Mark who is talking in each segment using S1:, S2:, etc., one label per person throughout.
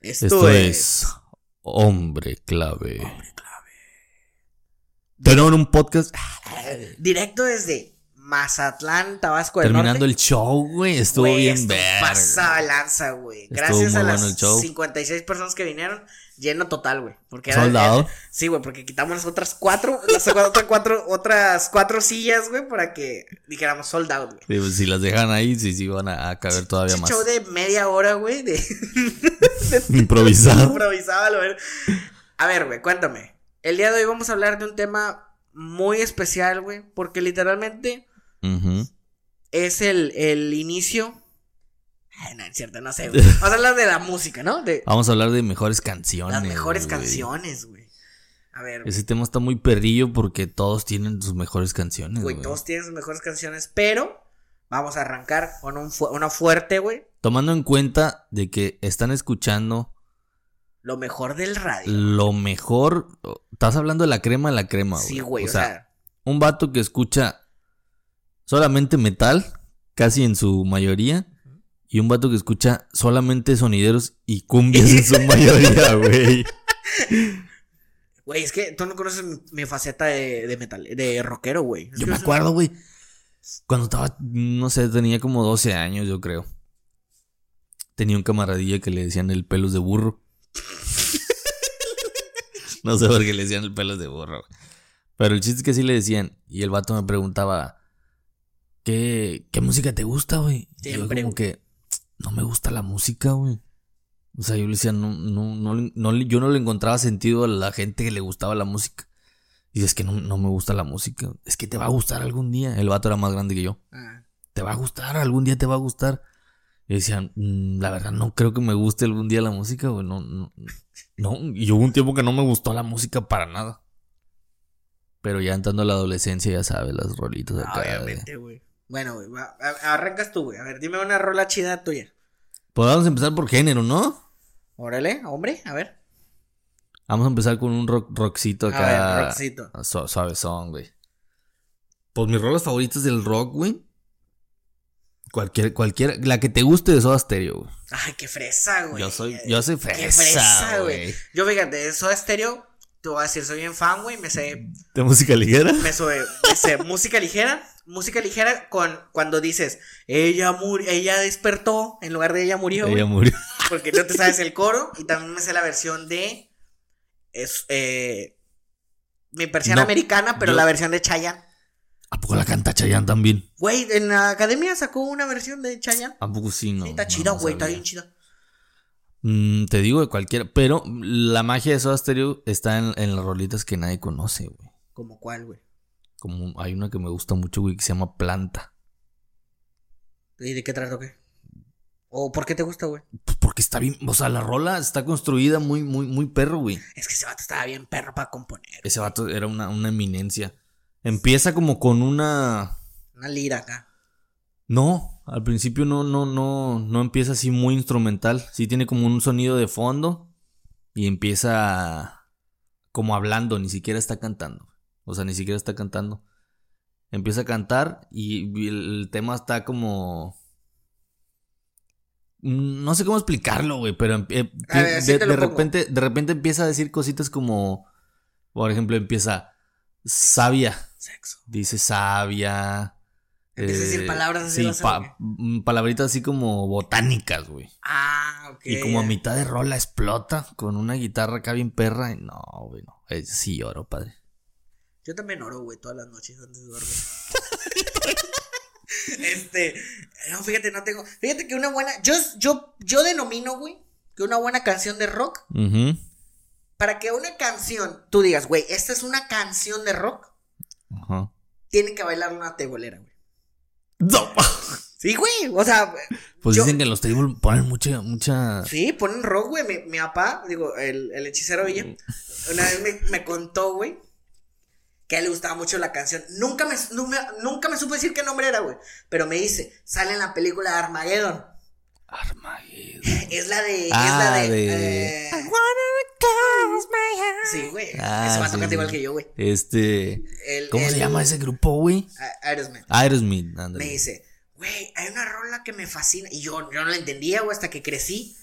S1: Esto, es...
S2: Hombre Clave.
S1: Hombre
S2: Pero en un podcast.
S1: Clave. Directo desde Mazatlán, Tabasco del
S2: Terminando
S1: Norte.
S2: el show, güey. Estuvo
S1: Pues, Güey,
S2: bien
S1: esto
S2: verga.
S1: Pasada de lanza, güey.
S2: Estuvo
S1: Gracias
S2: muy
S1: a
S2: bueno
S1: las
S2: el show.
S1: 56 personas que vinieron, lleno total, güey. Porque era-
S2: Soldado.
S1: Sí, güey, porque quitamos las otras cuatro, las otras cuatro, otras cuatro sillas, güey, para que dijéramos sold out, güey.
S2: Sí, pues, si las dejan ahí, sí, sí, van a, a caber todavía
S1: Un
S2: más.
S1: show de media hora, güey, de
S2: Improvisado.
S1: improvisado, a lo ver. A ver, güey, cuéntame. El día de hoy vamos a hablar de un tema muy especial, güey, porque literalmente
S2: Ujú.
S1: es el, el inicio. Ay, no, es cierto, no sé, güey. Vamos a hablar de la música, ¿no? De
S2: Vamos a hablar de mejores canciones.
S1: las mejores
S2: Ah, güey.
S1: canciones, güey. A ver,
S2: Ese tema está muy perrillo porque todos tienen sus mejores canciones.
S1: güey,
S2: güey.
S1: todos tienen sus mejores canciones, pero vamos a arrancar con un fu- una fuerte, güey.
S2: Tomando en cuenta de que están escuchando
S1: Lo mejor del radio.
S2: lo mejor. Estás hablando de la crema de la crema, güey.
S1: Sí, güey,
S2: O sea, un vato que escucha solamente metal, casi en su mayoría, y un vato que escucha solamente sonideros y cumbias en su mayoría, güey.
S1: Güey, es que tú no conoces mi, mi faceta de, de metal, de rockero, güey. Es
S2: Yo
S1: que
S2: me
S1: es-
S2: acuerdo, güey, cuando estaba, no sé, tenía como 12 años, yo creo. Tenía un camaradilla que le decían el pelos de burro. no sé por qué le decían el pelos de burro. güey. Pero el chiste es que sí le decían. Y el vato me preguntaba, ¿qué, qué música te gusta, güey? Y yo
S1: Siempre,
S2: como
S1: güey.
S2: que, no me gusta la música, güey. O sea, yo le decía, no, no, no, le- no le- yo no le encontraba sentido a la gente que le gustaba la música. Y es que no, no me gusta la música. Es que te va a gustar algún día. El vato era más grande que yo.
S1: Ah.
S2: Te va a gustar, algún día te va a gustar. Y decían, "Mm, la verdad, no creo que me guste algún día la música, güey. No, no, no. Y hubo un tiempo que no me gustó la música para nada. Pero ya entrando a la adolescencia, ya sabes, las rolitas acá. de-
S1: Obviamente, güey. Bueno, güey, va- a- arrancas tú, güey. A ver, dime una rola chida tuya.
S2: Pues vamos a empezar por género, ¿no?
S1: Órale, hombre, a ver.
S2: Vamos a empezar con un rock, rockcito
S1: A ver,
S2: acá. Ah,
S1: rockcito.
S2: Su- suave son, güey. Pues mis rolas favoritas del rock, güey. Cualquier, cualquiera, la que te guste de Soda Stereo, güey.
S1: Ay, qué fresa, güey.
S2: Yo soy, yo soy fresa,
S1: fresa, güey.
S2: güey.
S1: Yo, fíjate, de Soda Stereo, te voy a decir, soy bien fan, güey. Me sé,
S2: ¿De música ligera?
S1: me sé, me sé música ligera. Música ligera con cuando dices, ella murió, ella despertó, en lugar de ella murió, güey.
S2: Ella murió.
S1: Porque no te sabes el coro. Y también me sé la versión de. Es, eh, mi persiana
S2: No,
S1: americana, pero
S2: yo-
S1: la versión de Chayanne.
S2: ¿A poco la canta Chayanne también?
S1: Güey, en la academia sacó una versión de Chayanne.
S2: ¿A poco sí, no?
S1: Sí, está
S2: no,
S1: chida,
S2: no
S1: güey, está
S2: sabía.
S1: bien chida.
S2: Mm, te digo de cualquiera, pero la magia de Soda Stereo está en, en las rolitas que nadie conoce, güey.
S1: Como cuál, güey.
S2: Como hay una que me gusta mucho, güey, que se llama Planta.
S1: ¿Y de qué trata o qué? ¿O por qué te gusta, güey?
S2: Pues porque está bien, o sea, la rola está construida muy, muy, muy perro, güey.
S1: Es que ese vato estaba bien perro para componer.
S2: Ese vato era una, una eminencia. Empieza como con una.
S1: Una lira acá.
S2: No, al principio no, no, no, no empieza así muy instrumental. Sí tiene como un sonido de fondo y empieza como hablando, ni siquiera está cantando. O sea, ni siquiera está cantando. Empieza a cantar y y el el tema está como... Mm, No sé cómo explicarlo, güey, pero em- eh,
S1: A ver, Ah, así
S2: de,
S1: te lo
S2: de
S1: pongo.
S2: repente, de repente empieza a decir cositas como, por ejemplo, empieza sabia.
S1: Sexo.
S2: Dice sabia. eh,
S1: Empieza a decir palabras así,
S2: sí,
S1: vas a
S2: pa-
S1: ver.
S2: mm, palabritas así como botánicas, güey.
S1: Ah, ok.
S2: Y como a
S1: ya.
S2: mitad de rola explota con una guitarra acá bien perra. y No, güey, no. Eh, sí lloro, padre.
S1: Yo también oro, güey, todas las noches antes de dormir. este, no, fíjate, no tengo. Fíjate que una buena. Yo, yo, yo denomino, güey, que una buena canción de rock.
S2: Ujú.
S1: Para que una canción, tú digas, güey, esta es una canción de rock,
S2: Ajá.
S1: tiene que bailar una tebolera, güey.
S2: No.
S1: Sí, güey, o sea,
S2: Pues
S1: Yo-
S2: dicen que los tables ponen mucha, mucha.
S1: sí, ponen rock, güey. Mi, mi papá, digo, el, el hechicero Villa,
S2: Mm.
S1: una vez me, me contó, güey, que a él le gustaba mucho la canción. Nunca me, nu- me- nunca me supo decir qué nombre era, güey. Pero me dice, sale en la película de Armageddon.
S2: Armageddon.
S1: Es la de.
S2: Ah,
S1: es la de.
S2: de-
S1: eh, sí, güey.
S2: Ah,
S1: Ese va a
S2: sí,
S1: tocar
S2: sí.
S1: igual que yo, güey.
S2: Este.
S1: El-
S2: ¿Cómo se
S1: el-
S2: llama ese grupo, güey?
S1: A- Aerosmith.
S2: Aerosmith.
S1: Me
S2: ándale.
S1: dice, güey, hay una rola que me fascina. Y yo, yo no la entendía, güey, hasta que crecí.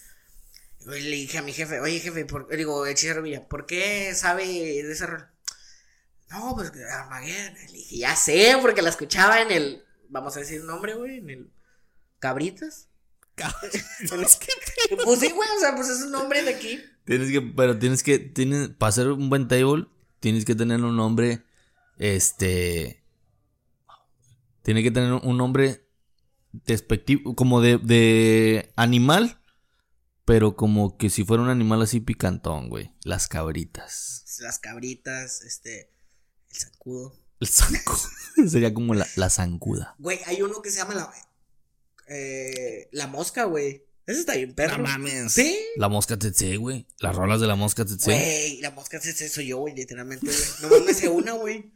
S1: Le dije a mi jefe, oye jefe, por, digo, hechicero Villa, ¿por qué sabe de ese rol? No, pues Armageddon. Le dije, ya sé, porque la escuchaba en el, vamos a decir nombre, güey, en el Cabritas.
S2: Tienes que,
S1: Pues sí, güey, o sea, pues es un nombre de aquí.
S2: tienes que- pero tienes que, tienes, para hacer un buen table, tienes que tener un nombre, este, tiene que tener un nombre despectivo, como de, de animal, pero como que si fuera un animal así picantón, güey, las cabritas,
S1: Pues, Las cabritas, este, el sacudo.
S2: el zanco, sería como la, la zancuda.
S1: Güey, hay uno que se llama la, eh, la mosca, güey. Ese está bien perro.
S2: mames.
S1: Sí.
S2: La mosca tsetse, güey, las rolas de la mosca tsetse.
S1: Güey, la mosca es eso yo, güey, literalmente, güey. Nomás me sé una, güey.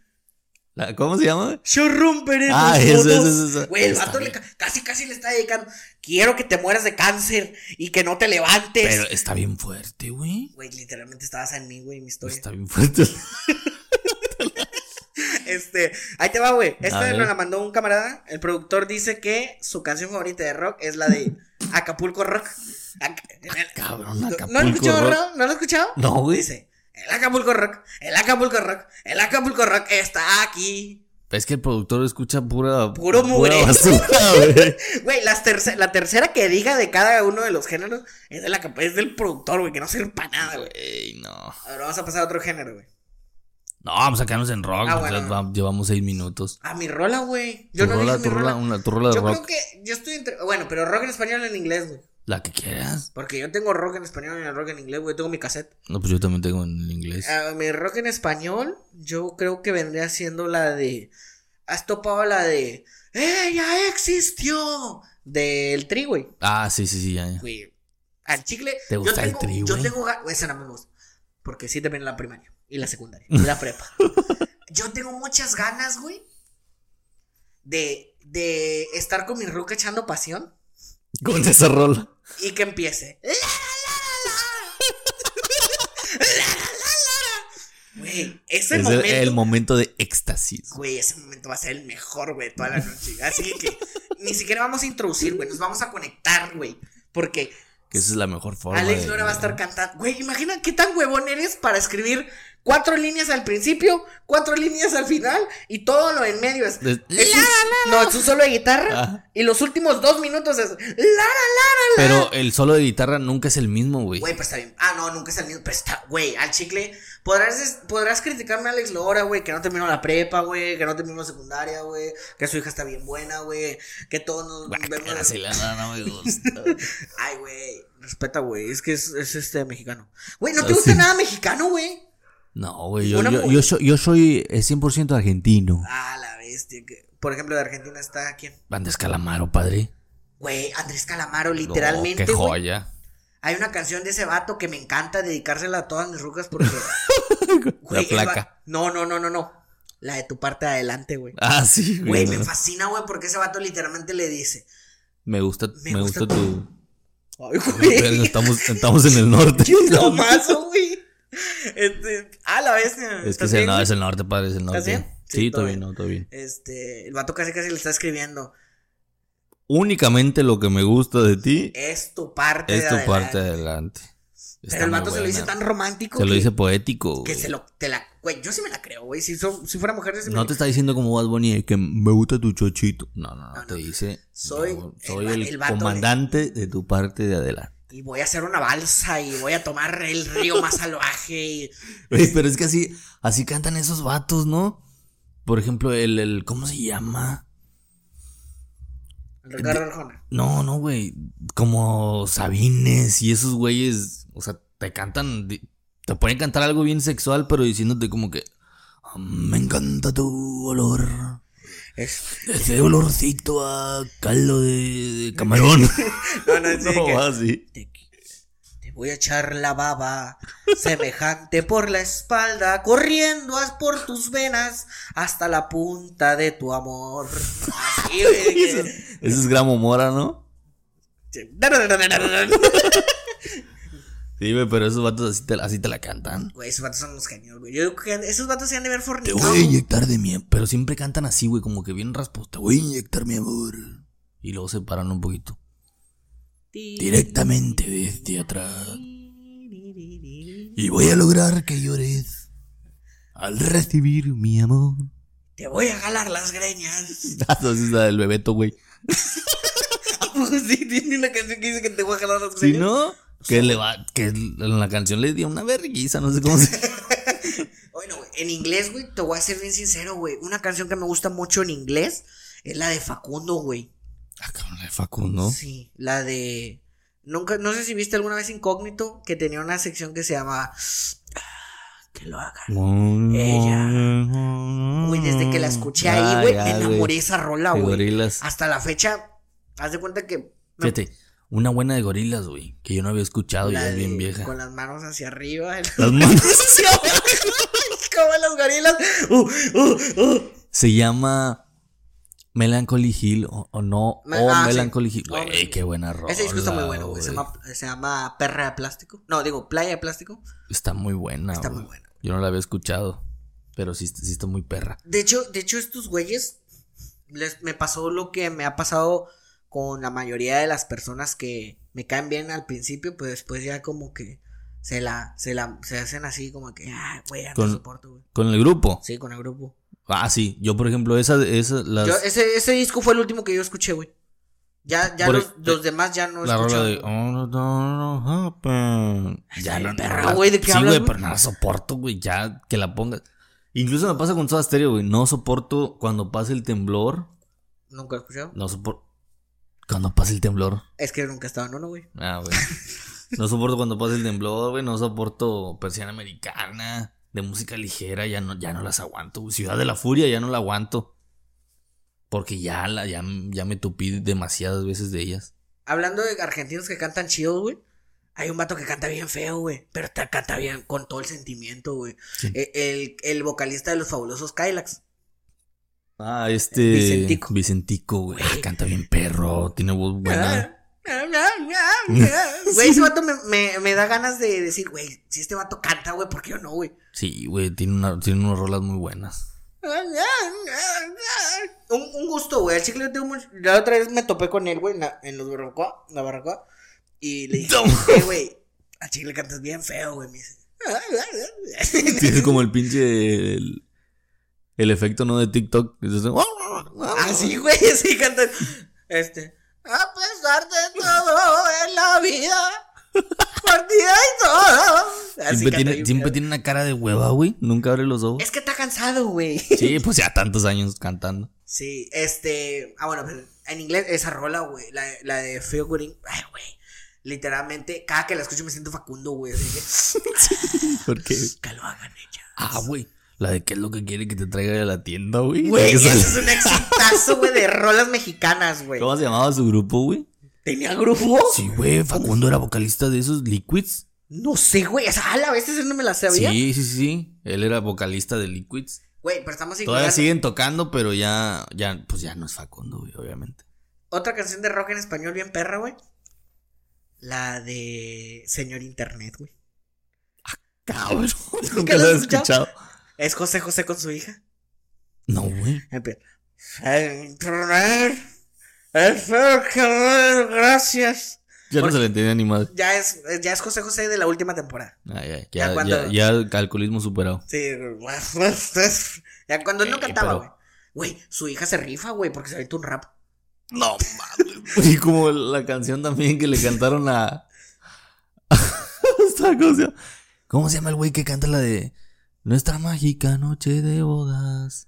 S2: La- ¿Cómo se llama? güey?
S1: Yo romperé
S2: Ah,
S1: tus
S2: eso,
S1: codos.
S2: eso, eso, eso.
S1: Güey, el
S2: Está
S1: vato le
S2: bien.
S1: ca- casi, casi le está dedicando. Quiero que te mueras de cáncer y que no te levantes.
S2: Pero está bien fuerte, güey.
S1: Güey, literalmente estabas en mí, güey, mi historia.
S2: Está bien fuerte.
S1: Este, ahí te va, güey.
S2: A
S1: Esta
S2: ver.
S1: nos la mandó un camarada. El productor dice que su canción favorita de rock es la de Acapulco Rock. Ac-
S2: Cabrón,
S1: ¿No-
S2: Acapulco.
S1: ¿No lo has escuchado,
S2: Rock.
S1: Ronald? ¿No lo has escuchado?
S2: No, güey.
S1: Dice, el Acapulco Rock, el Acapulco Rock, el Acapulco Rock está aquí.
S2: Es que el productor escucha pura.
S1: Puro
S2: pura
S1: mugre.
S2: basura, güey.
S1: Güey, las terce- la tercera que diga de cada uno de los géneros es, de la, que- es del productor, güey, que no sirve para nada, güey.
S2: Güey, no.
S1: Ahora vamos a pasar a otro género, güey.
S2: No, vamos a quedarnos en rock.
S1: Ah,
S2: o sea,
S1: bueno.
S2: va- llevamos seis minutos.
S1: A Ah, mi rola, güey.
S2: Tu
S1: Yo no
S2: rola,
S1: dije
S2: tu
S1: mi
S2: rola,
S1: rola.
S2: una, tu rola de
S1: Yo
S2: rock.
S1: creo que yo estoy entre. Bueno, pero rock en español en inglés, güey.
S2: La que quieras.
S1: Porque yo tengo rock en español y el rock en inglés, güey. Tengo mi cassette.
S2: No, pues yo también tengo en inglés.
S1: Ah, mi rock en español, yo creo que vendría siendo la de. ¿Has topado la de. ¡Ella existió! Del tri, güey.
S2: Ah, sí, sí, sí, ya. ya.
S1: Güey, Al chicle.
S2: ¿Te
S1: yo
S2: gusta el
S1: tengo-
S2: Tri,
S1: Yo
S2: güey?
S1: tengo. ga- Esa no me gusta. Porque sí te ven la primaria y la secundaria y la prepa. yo tengo muchas ganas, güey. De, de estar con mi ruca echando pasión
S2: ¿Cómo te esa rola?
S1: y que empiece. La, la, la. La, la, la, la. Güey, ese
S2: es el-
S1: momento.
S2: el momento de éxtasis.
S1: Güey, ese momento va a ser el mejor, güey, de toda la noche. Así que ni siquiera vamos a introducir, güey. Nos vamos a conectar, güey. Porque
S2: Que esa es la mejor forma.
S1: Alex
S2: de-
S1: Lora va a estar cantando. Güey, imagina qué tan huevón eres para escribir cuatro líneas al principio, cuatro líneas al final y todo lo en medio es.
S2: de-
S1: es un- no, es un solo de guitarra.
S2: Ah,
S1: Y los últimos dos minutos es. "Lara, Lara, Lara".
S2: pero el solo de guitarra nunca es el mismo, güey.
S1: Güey, pues está bien. Ah, no, nunca es el mismo. Pero está, güey, al chicle. Podrás, des- podrás criticarme a Alex Lora, güey, que no terminó la prepa, güey, que no terminó la secundaria, güey, que su hija está bien buena, güey, que todos nos
S2: Guácala, sí, la nada, Ah, no me gusta.
S1: Ay, güey, respeta, güey, es que es, es, este mexicano. Güey, no
S2: Ah,
S1: te gusta
S2: sí.
S1: nada mexicano, güey.
S2: No, güey, yo,
S1: Una
S2: yo,
S1: mu-
S2: yo soy, yo soy eh, 100% argentino.
S1: Ah, la bestia. que- Por ejemplo, de Argentina está quién?
S2: Bandes Calamaro, oh, padre.
S1: Güey, Andrés Calamaro,
S2: No,
S1: literalmente.
S2: qué
S1: güey.
S2: joya.
S1: Hay una canción de ese vato que me encanta dedicársela a todas mis rucas porque. Güey,
S2: La
S1: el va-
S2: placa.
S1: No, no, no, no, no. La de tu parte de adelante, güey.
S2: Ah, sí, güey.
S1: Güey, me
S2: no.
S1: fascina, güey, porque ese vato literalmente le dice.
S2: me gusta,
S1: me
S2: me,
S1: gusta
S2: gusta, tu.
S1: Ay,
S2: Pero
S1: güey.
S2: estamos, estamos en el norte.
S1: qué tomazo, güey. Este, ah, la bestia.
S2: es que
S1: ¿Estás
S2: es el,
S1: bien,
S2: no,
S1: güey?
S2: es el norte, padre, es el norte.
S1: bien?
S2: Sí,
S1: Sí, todo
S2: todo bien,
S1: bien.
S2: no, todo bien.
S1: Este, el vato casi casi le está escribiendo.
S2: Únicamente lo que me gusta de ti
S1: Es tu parte
S2: es
S1: de
S2: tu
S1: adelante.
S2: parte de adelante. Está
S1: Pero el
S2: muy
S1: vato se lo
S2: buena.
S1: dice tan romántico.
S2: Se lo
S1: que-
S2: dice poético.
S1: Que
S2: güey.
S1: se lo, te la, güey, yo sí me la creo, güey. Si, so- si fuera mujer, yo sí me
S2: No
S1: la-
S2: te está diciendo como Bad Bunny eh, que me gusta tu chochito. No, no, no,
S1: No,
S2: te
S1: no.
S2: dice.
S1: Soy
S2: yo soy
S1: el va-
S2: el,
S1: el vato de-
S2: comandante de tu parte de adelante.
S1: Y voy a hacer una balsa y voy a tomar el río más salvaje. Y,
S2: Güey, pero es que así, así cantan esos vatos, ¿no? Por ejemplo, el, el ¿cómo se llama?
S1: Ricardo Arjona.
S2: No, no, güey. Como Sabines y esos güeyes, o sea, te cantan, di- te pueden cantar algo bien sexual, pero diciéndote como que, "Ah, me encanta tu olor.
S1: Es-
S2: Ese olorcito a caldo de, de camarón.
S1: No, no, sí,
S2: No,
S1: que-
S2: va así.
S1: te, te voy a echar la baba semejante por la espalda, corriendo as- por tus venas hasta la punta de tu amor. Así, güey, de que-
S2: Eso es, eso es Gramo Mora, ¿no? Sí, güey, pero esos vatos así te, así te la cantan.
S1: Güey, esos vatos son los genios, güey. Yo digo que esos vatos se han de ver
S2: Te
S1: fornicado.
S2: voy a inyectar de mi Pero siempre cantan así, güey, como que bien rasposo. Te voy a inyectar mi amor. Y luego se paran un poquito. directamente desde atrás. Y voy a lograr que llores al recibir mi amor.
S1: Te voy a jalar las greñas.
S2: Entonces es la del bebeto, güey.
S1: ¿A poco pues, sí? Tiene una canción que dice que te voy a jalar las
S2: Si
S1: greñas.
S2: no, que le va, que en la canción le dio una vergüenza, no sé cómo se.
S1: Bueno, güey, en inglés, güey, te voy a ser bien sincero, güey. Una canción que me gusta mucho en inglés es la de Facundo, güey.
S2: Ah, cabrón, la de Facundo.
S1: Sí, la de. Nunca, no sé si viste alguna vez Incógnito, que tenía una sección que se llama. "Ah, Que lo haga.
S2: Ella.
S1: Güey, desde que la escuché
S2: Mm,
S1: ahí, güey, me enamoré de
S2: de
S1: esa rola, güey. Ah,
S2: Gorilas.
S1: Hasta la fecha, haz de cuenta que. me-
S2: Fíjate, una buena de gorilas, güey, que yo no había escuchado y
S1: la
S2: Oh, ya es
S1: de-
S2: bien vieja.
S1: Con las manos hacia arriba. el-
S2: Las manos-
S1: Como los gorilas. Uh, uh, uh.
S2: Se llama Melancholy Hill o, o no,
S1: Me-
S2: o
S1: ah, sí.
S2: Melancholy Hill.
S1: Oh,
S2: Güey,
S1: güey.
S2: qué buena rola.
S1: Ese disco está muy bueno, güey. Se llama, se llama Perra de Plástico. No, digo, Playa de Plástico.
S2: Está muy buena.
S1: Está muy
S2: Ah, güey.
S1: buena,
S2: Yo no la había escuchado, pero sí, sí está muy perra.
S1: De hecho, de hecho estos güeyes les, me pasó lo que me ha pasado con la mayoría de las personas que me caen bien al principio, pues después ya como que se la, se la, se hacen así como que, ah, güey, ya
S2: Con-
S1: no soporto, güey.
S2: Con el grupo.
S1: Sí, con el grupo.
S2: Ah, sí. Yo, por ejemplo, esa, esa las,
S1: Yo- ese, ese disco fue el último que yo escuché, güey. Ya, ya
S2: Por
S1: los,
S2: e-
S1: los demás ya no
S2: la rola
S1: escuchan,
S2: de
S1: güey.
S2: Oh, no, no, no, happen. Ya
S1: Ay,
S2: no, no
S1: perra,
S2: la-
S1: güey, ¿de qué
S2: Sí,
S1: hablas,
S2: güey,
S1: güey?
S2: pero no la soporto, güey, ya que la pongas. Incluso me pasa con Soda Stereo, güey, no soporto cuando pasa el temblor,
S1: Nunca he escuchado.
S2: no soporto cuando pasa el temblor.
S1: Es que nunca estaba en uno, güey.
S2: Ah, güey. No soporto cuando pasa el temblor, güey. No soporto persiana americana, de música ligera, ya no, ya no las aguanto. güey. Ciudad de la Furia ya no la aguanto. Porque ya, la, ya, ya me tupí demasiadas veces de ellas.
S1: Hablando de argentinos que cantan chido, güey. Hay un vato que canta bien feo, güey. Pero te canta bien con todo el sentimiento, güey.
S2: Sí.
S1: E- El, el vocalista de los fabulosos Kylax.
S2: Ah, este.
S1: Vicentico.
S2: Vicentico, güey. Ah, Canta bien perro, tiene voz
S1: Ah.
S2: buena.
S1: Güey, ese vato me, me- me da ganas de decir, güey, si este vato canta, güey, ¿por qué yo no, güey?
S2: Sí, güey, tiene, una, tiene unas rolas muy buenas.
S1: Un, un gusto, güey. Al chicle yo tengo mucho. La otra vez me topé con él, güey, en la- en los barbacoa, la barbacoa. Y le dije, "Eh, güey, al chicle cantas bien feo, güey. Me dice,
S2: Tiene como el pinche. El, el efecto, ¿no? De TikTok. Es ese-
S1: Ah, Así, güey, así cantan. Este. A pesar de todo en la vida, por ti hay todo. Así
S2: Siempre,
S1: canta
S2: tiene,
S1: bien
S2: siempre
S1: feo.
S2: tiene una cara de hueva, güey. Nunca abre los ojos.
S1: Es que está cansado, güey.
S2: Sí, pues ya tantos años cantando.
S1: Sí, este. Ah, bueno, pues, en inglés, esa rola, güey. La, la de Figuring. Ay, güey. Literalmente, cada que la escucho me siento facundo, güey. Así
S2: Porque.
S1: que, que lo hagan ella.
S2: Ah, güey. La de qué es lo que quiere que te traiga de la tienda, güey.
S1: Güey,
S2: Que
S1: ese
S2: sale-
S1: es un exitazo, güey, de rolas mexicanas, güey.
S2: ¿Cómo se llamaba su grupo, güey?
S1: ¿Tenía grupo?
S2: Sí, güey. Facundo era vocalista de esos Liquids.
S1: No sé, güey. Esa, a la vez esa no me la sabía.
S2: Sí, sí, sí. Él era vocalista de Liquids.
S1: Güey, pero estamos
S2: Todavía
S1: ignorando.
S2: siguen tocando, pero ya, ya, pues ya no es Facundo, güey, obviamente.
S1: Otra canción de rock en español bien perra, güey. La de Señor Internet, güey.
S2: Cabrón,
S1: ¿Nunca
S2: nunca
S1: lo
S2: lo he
S1: has escuchado?
S2: escuchado.
S1: Es José José con su hija.
S2: No, güey.
S1: Empieza. Internet. Es feo que ver, gracias.
S2: Ya no
S1: Porque-
S2: se le entendía ni madre.
S1: Ya es, ya es José José de la última temporada.
S2: Ay, ay,
S1: Ya
S2: ya, ya,
S1: cuando-
S2: ya el calculismo superado.
S1: Sí. Ya cuando él no
S2: Eh,
S1: cantaba, güey.
S2: pero-
S1: Güey, su hija se rifa, güey, porque se aventó un rap.
S2: No mames. Y como la canción también que le cantaron a. Esta cosa. ¿Cómo se llama el güey que canta la de Nuestra mágica noche de bodas?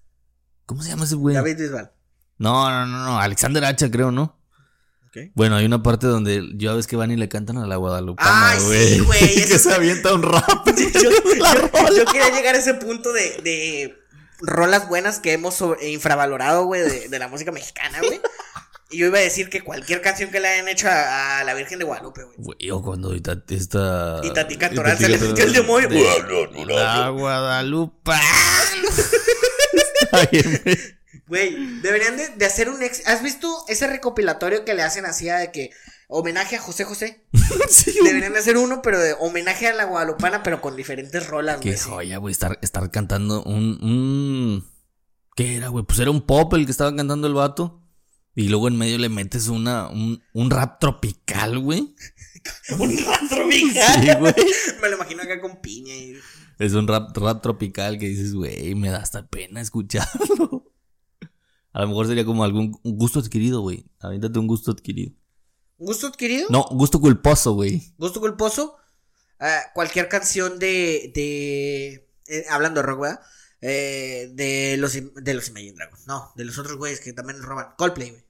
S2: ¿Cómo se llama ese güey?
S1: David Bisbal.
S2: No, no, no, no. Alexander Hacha, creo, ¿no?
S1: Ok.
S2: Bueno, hay una parte donde yo a veces que van y le cantan a la Guadalupana,
S1: Ah, sí,
S2: güey.
S1: güey,
S2: que
S1: eso
S2: se avienta un rap.
S1: Yo,
S2: La
S1: yo-
S2: rola.
S1: yo quería llegar a ese punto de, de rolas buenas que hemos sobre- infravalorado, güey, de, de la música mexicana, güey. Y yo iba a decir que cualquier canción que le hayan hecho a, a la Virgen de Guadalupe, güey.
S2: Güey, o cuando Ita- esta.
S1: Y Tatica Toral se le metió el demonio.
S2: de- La Guadalupana. Está bien, güey.
S1: Güey, deberían de, de hacer un ex... ¿Has visto ese recopilatorio que le hacen así a de que homenaje a José José?
S2: Sí,
S1: Deberían de hacer uno, pero de homenaje a la guadalupana, pero con diferentes rolas,
S2: Qué
S1: güey. sí.
S2: joya, güey, estar, estar cantando un, un... ¿Qué era, güey? Pues era un pop el que estaba cantando el vato. Y luego en medio le metes una, un, un rap tropical, güey.
S1: Un rap tropical.
S2: Sí, güey.
S1: Me lo imagino acá con piña y.
S2: Es un rap, rap tropical que dices, güey, me da hasta pena escucharlo. A lo mejor sería como algún un gusto adquirido, güey. Avéntate un gusto adquirido.
S1: ¿Gusto adquirido?
S2: No, gusto culposo, güey.
S1: ¿Gusto culposo? Ah, cualquier canción de. de eh, hablando de rock, ¿verdad? Eh, de los Im- de los Imagine Dragons. No, de los otros güeyes que también roban. Coldplay, güey.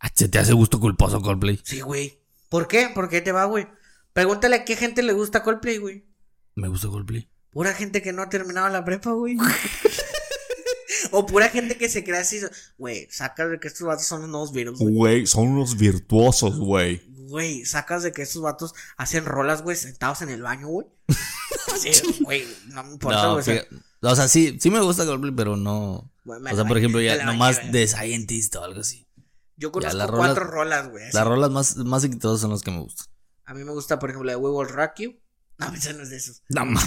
S2: Ah, Se te hace gusto culposo, Coldplay.
S1: Sí, güey. ¿Por qué? ¿Por qué te va, güey? Pregúntale a qué gente le gusta Coldplay, güey.
S2: Me gusta Coldplay.
S1: Pura gente que no ha terminado la prepa, güey. o pura gente que se crea así. Güey, sacas de que estos vatos son los nuevos virus, güey.
S3: Güey, son unos virtuosos, güey.
S1: Güey, sacas de que estos vatos hacen rolas, güey, sentados en el baño, güey. Sí, güey, no me importa,
S2: No,
S1: güey. o sea,
S2: fíjate. o sea, sí, sí me gusta Coldplay, pero no.
S1: güey, me
S2: O
S1: la
S2: sea, por
S1: bañé,
S2: ejemplo,
S1: me
S2: ya
S1: la
S2: nomás
S1: bañé,
S2: de Scientist o algo así.
S1: Yo conozco
S2: las
S1: cuatro
S2: rolas-
S1: rolas, güey. así.
S2: Las rolas más, más exitosas son las que me gustan.
S1: A mí me gusta, por ejemplo, la de We Will Rock You. No, esa no es de esos.
S2: No mames.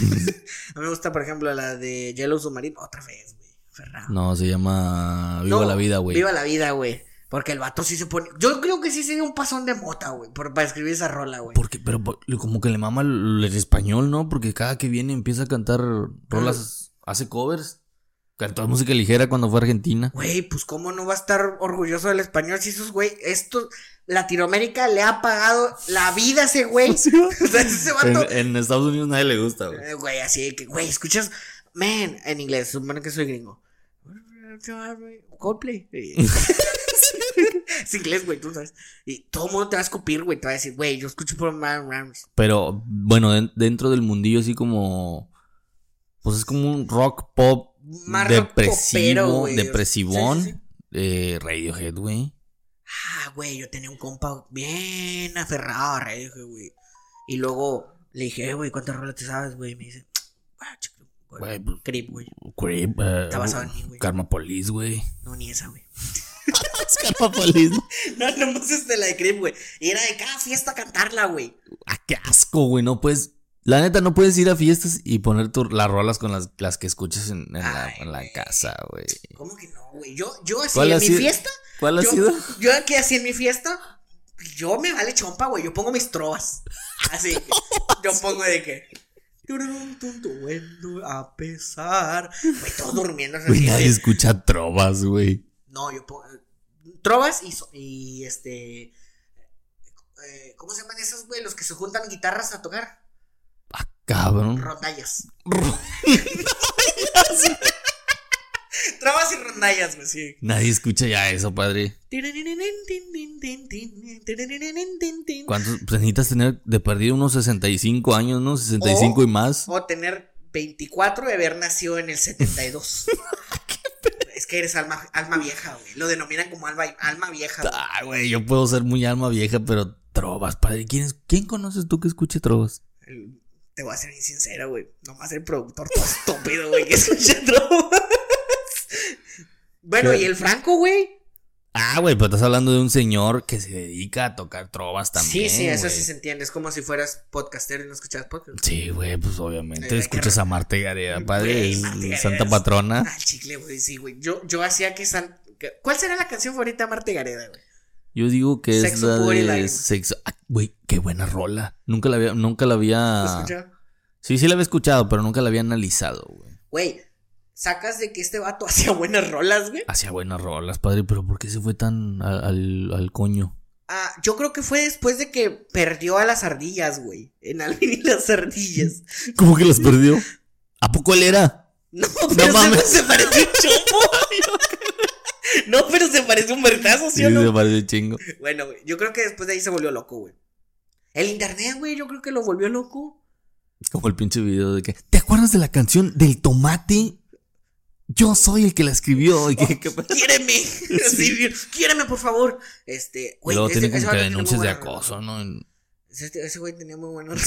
S1: A mí me gusta, por ejemplo, la de Yellow Submarine. Otra vez, güey. Ferrado.
S2: No, se llama Viva
S1: No,
S2: la Vida, güey.
S1: Viva la vida, güey. Porque el vato sí se pone. Yo creo que sí se dio un pasón de mota, güey. por- Para escribir esa rola, güey.
S2: Porque, pero por- como que le mama el, el español, ¿no? Porque cada que viene empieza a cantar rolas, hace covers. Cantó música ligera cuando fue a Argentina.
S1: Güey, pues cómo no va a estar orgulloso del español si esos, güey, esto, Latinoamérica le ha pagado la vida a ese güey. o sea, ese vato.
S2: En, en Estados Unidos nadie le gusta, güey.
S1: Eh, Güey, así de que, güey, escuchas, man, en inglés, supone que soy gringo. Coldplay. Eh, es inglés, güey, tú sabes. Y todo el mundo te va a escupir, güey, te va a decir, güey, yo escucho por Man Rams.
S2: Pero bueno, den- dentro del mundillo así como... Pues es como un rock pop
S1: Más
S2: depresivo,
S1: rockopero, güey.
S2: depresivón.
S1: Sí, sí, sí.
S2: Eh, Radiohead, güey.
S1: Ah, güey, yo tenía un compa bien aferrado a Radiohead, güey. Y luego le dije, eh, güey, ¿cuántas rolas te sabes, güey? Y me dice, "Ah, chico,
S2: Güey,
S1: güey,
S2: pues-
S1: creep, güey.
S2: Creep, eh,
S1: Está basado en mí, güey.
S2: Karma Police, güey.
S1: No, ni esa, güey.
S2: Karma Police.
S1: No, nomás es de la de creep, güey. Y era de cada fiesta cantarla, güey.
S2: Ah, qué asco, güey. No puedes. La neta, no puedes ir a fiestas y poner tu- las rolas con las, las que escuchas en, en la,
S1: Ay,
S2: en la
S1: güey.
S2: casa, güey.
S1: ¿Cómo que no, güey? Yo, yo así
S2: ¿Cuál
S1: en
S2: ha
S1: mi
S2: sido-
S1: fiesta.
S2: ¿Cuál ha
S1: yo,
S2: sido?
S1: Yo aquí así en mi fiesta. Yo me vale chompa, güey. Yo pongo mis trovas. Así. yo pongo de que. "Tururum, tum, tuendo, A pesar. Güey, todos durmiendo. así,
S2: Güey, nadie
S1: güey.
S2: escucha trovas, güey.
S1: No, yo pongo. Trovas y, so- y este. eh, ¿Cómo se llaman esos, güey? Los que se juntan guitarras a tocar.
S2: Cabrón.
S1: Rondallas. Trovas y rondallas, güey, sí.
S2: Nadie escucha ya eso, padre. ¿Cuántos? Pues necesitas tener de perdido unos 65 años, ¿no? 65
S1: O-
S2: y más.
S1: O tener 24 de haber nacido en el 72. es que eres alma, alma vieja, güey. Lo denominan como alma, alma vieja. güey.
S2: Ah, güey, yo puedo ser muy alma vieja, pero trovas, padre. ¿Quién, es- ¿Quién conoces tú que escuche trovas?
S1: El- Te voy a ser bien sincero, güey. Nomás el productor todo estúpido, güey, que escucha drogas. Bueno,
S2: Claro.
S1: y el Franco, güey.
S2: Ah, güey, pero estás hablando de un señor que se dedica a tocar trovas
S1: sí,
S2: también.
S1: sí, eso
S2: güey.
S1: sí se entiende. Es como si fueras podcastero y no escuchas podcast.
S2: Sí, güey, pues obviamente
S1: Ay,
S2: escuchas a Marta Gareda, padre,
S1: Güey,
S2: es
S1: Eh, pues, Marta Gareda
S2: santa
S1: es-
S2: patrona.
S1: Al chicle, güey, sí, güey. Yo, yo hacía que San... que- ¿Cuál será la canción favorita de Marte Gareda, güey?
S2: Yo digo que es
S1: Sexo,
S2: la
S1: pudor y
S2: de
S1: lágrimas.
S2: sexo. Ah, Güey, qué buena rola. Nunca la había, nunca la
S1: ¿Lo
S2: había.
S1: escuchaba?
S2: Sí, sí la había escuchado, pero nunca la había analizado, güey.
S1: Güey, sacas de que este vato hacía buenas rolas, güey.
S2: Hacía buenas rolas, padre, pero ¿por qué se fue tan al, al- al coño?
S1: Ah, yo creo que fue después de que perdió a las ardillas, güey. En Alvin y las ardillas.
S2: ¿Cómo que las perdió? ¿A poco él era?
S1: No, pero se-
S2: mames.
S1: se, parece un chopo. no, pero se parece un vergazo, ¿sí
S2: Sí,
S1: o no?
S2: se parece chingo.
S1: Bueno, güey, yo creo que después de ahí se volvió loco, güey. El internet, güey, yo creo que lo volvió loco.
S2: Como el pinche video de que. ¿Te acuerdas de la canción del tomate? Yo soy el que la escribió. Y
S1: Oh,
S2: que, que-
S1: Quiéreme. Así, bien, Quiéreme, por favor. Este, güey.
S2: luego
S1: ese-
S2: tiene
S1: ese
S2: como que
S1: vato tiene muy
S2: denuncias de
S1: buena-
S2: acoso, ¿no? En-
S1: Ese, ese güey tenía muy buenos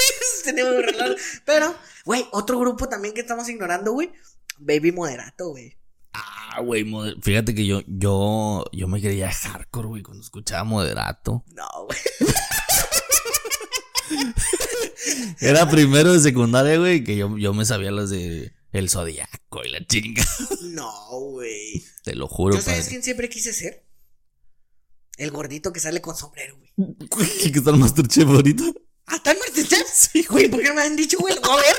S1: tenía muy buenos relojes. Pero, güey, otro grupo también que estamos ignorando, güey. Baby Moderato, güey.
S2: Ah, güey, moder- fíjate que yo, yo, yo me creía hardcore, güey, cuando escuchaba moderato.
S1: No, güey.
S2: Era primero de secundaria, güey, que yo, yo me sabía las de El Zodiaco y la chinga.
S1: No, güey.
S2: Te lo juro,
S1: ¿Yo sabes
S2: padre.
S1: quién siempre quise ser? El gordito que sale con sombrero, güey.
S2: ¿Qué que está el Masterchef ahorita?
S1: ¿Ah, está en Masterchef? Sí, güey. ¿Por qué no me han dicho, güey? Lo voy a ver.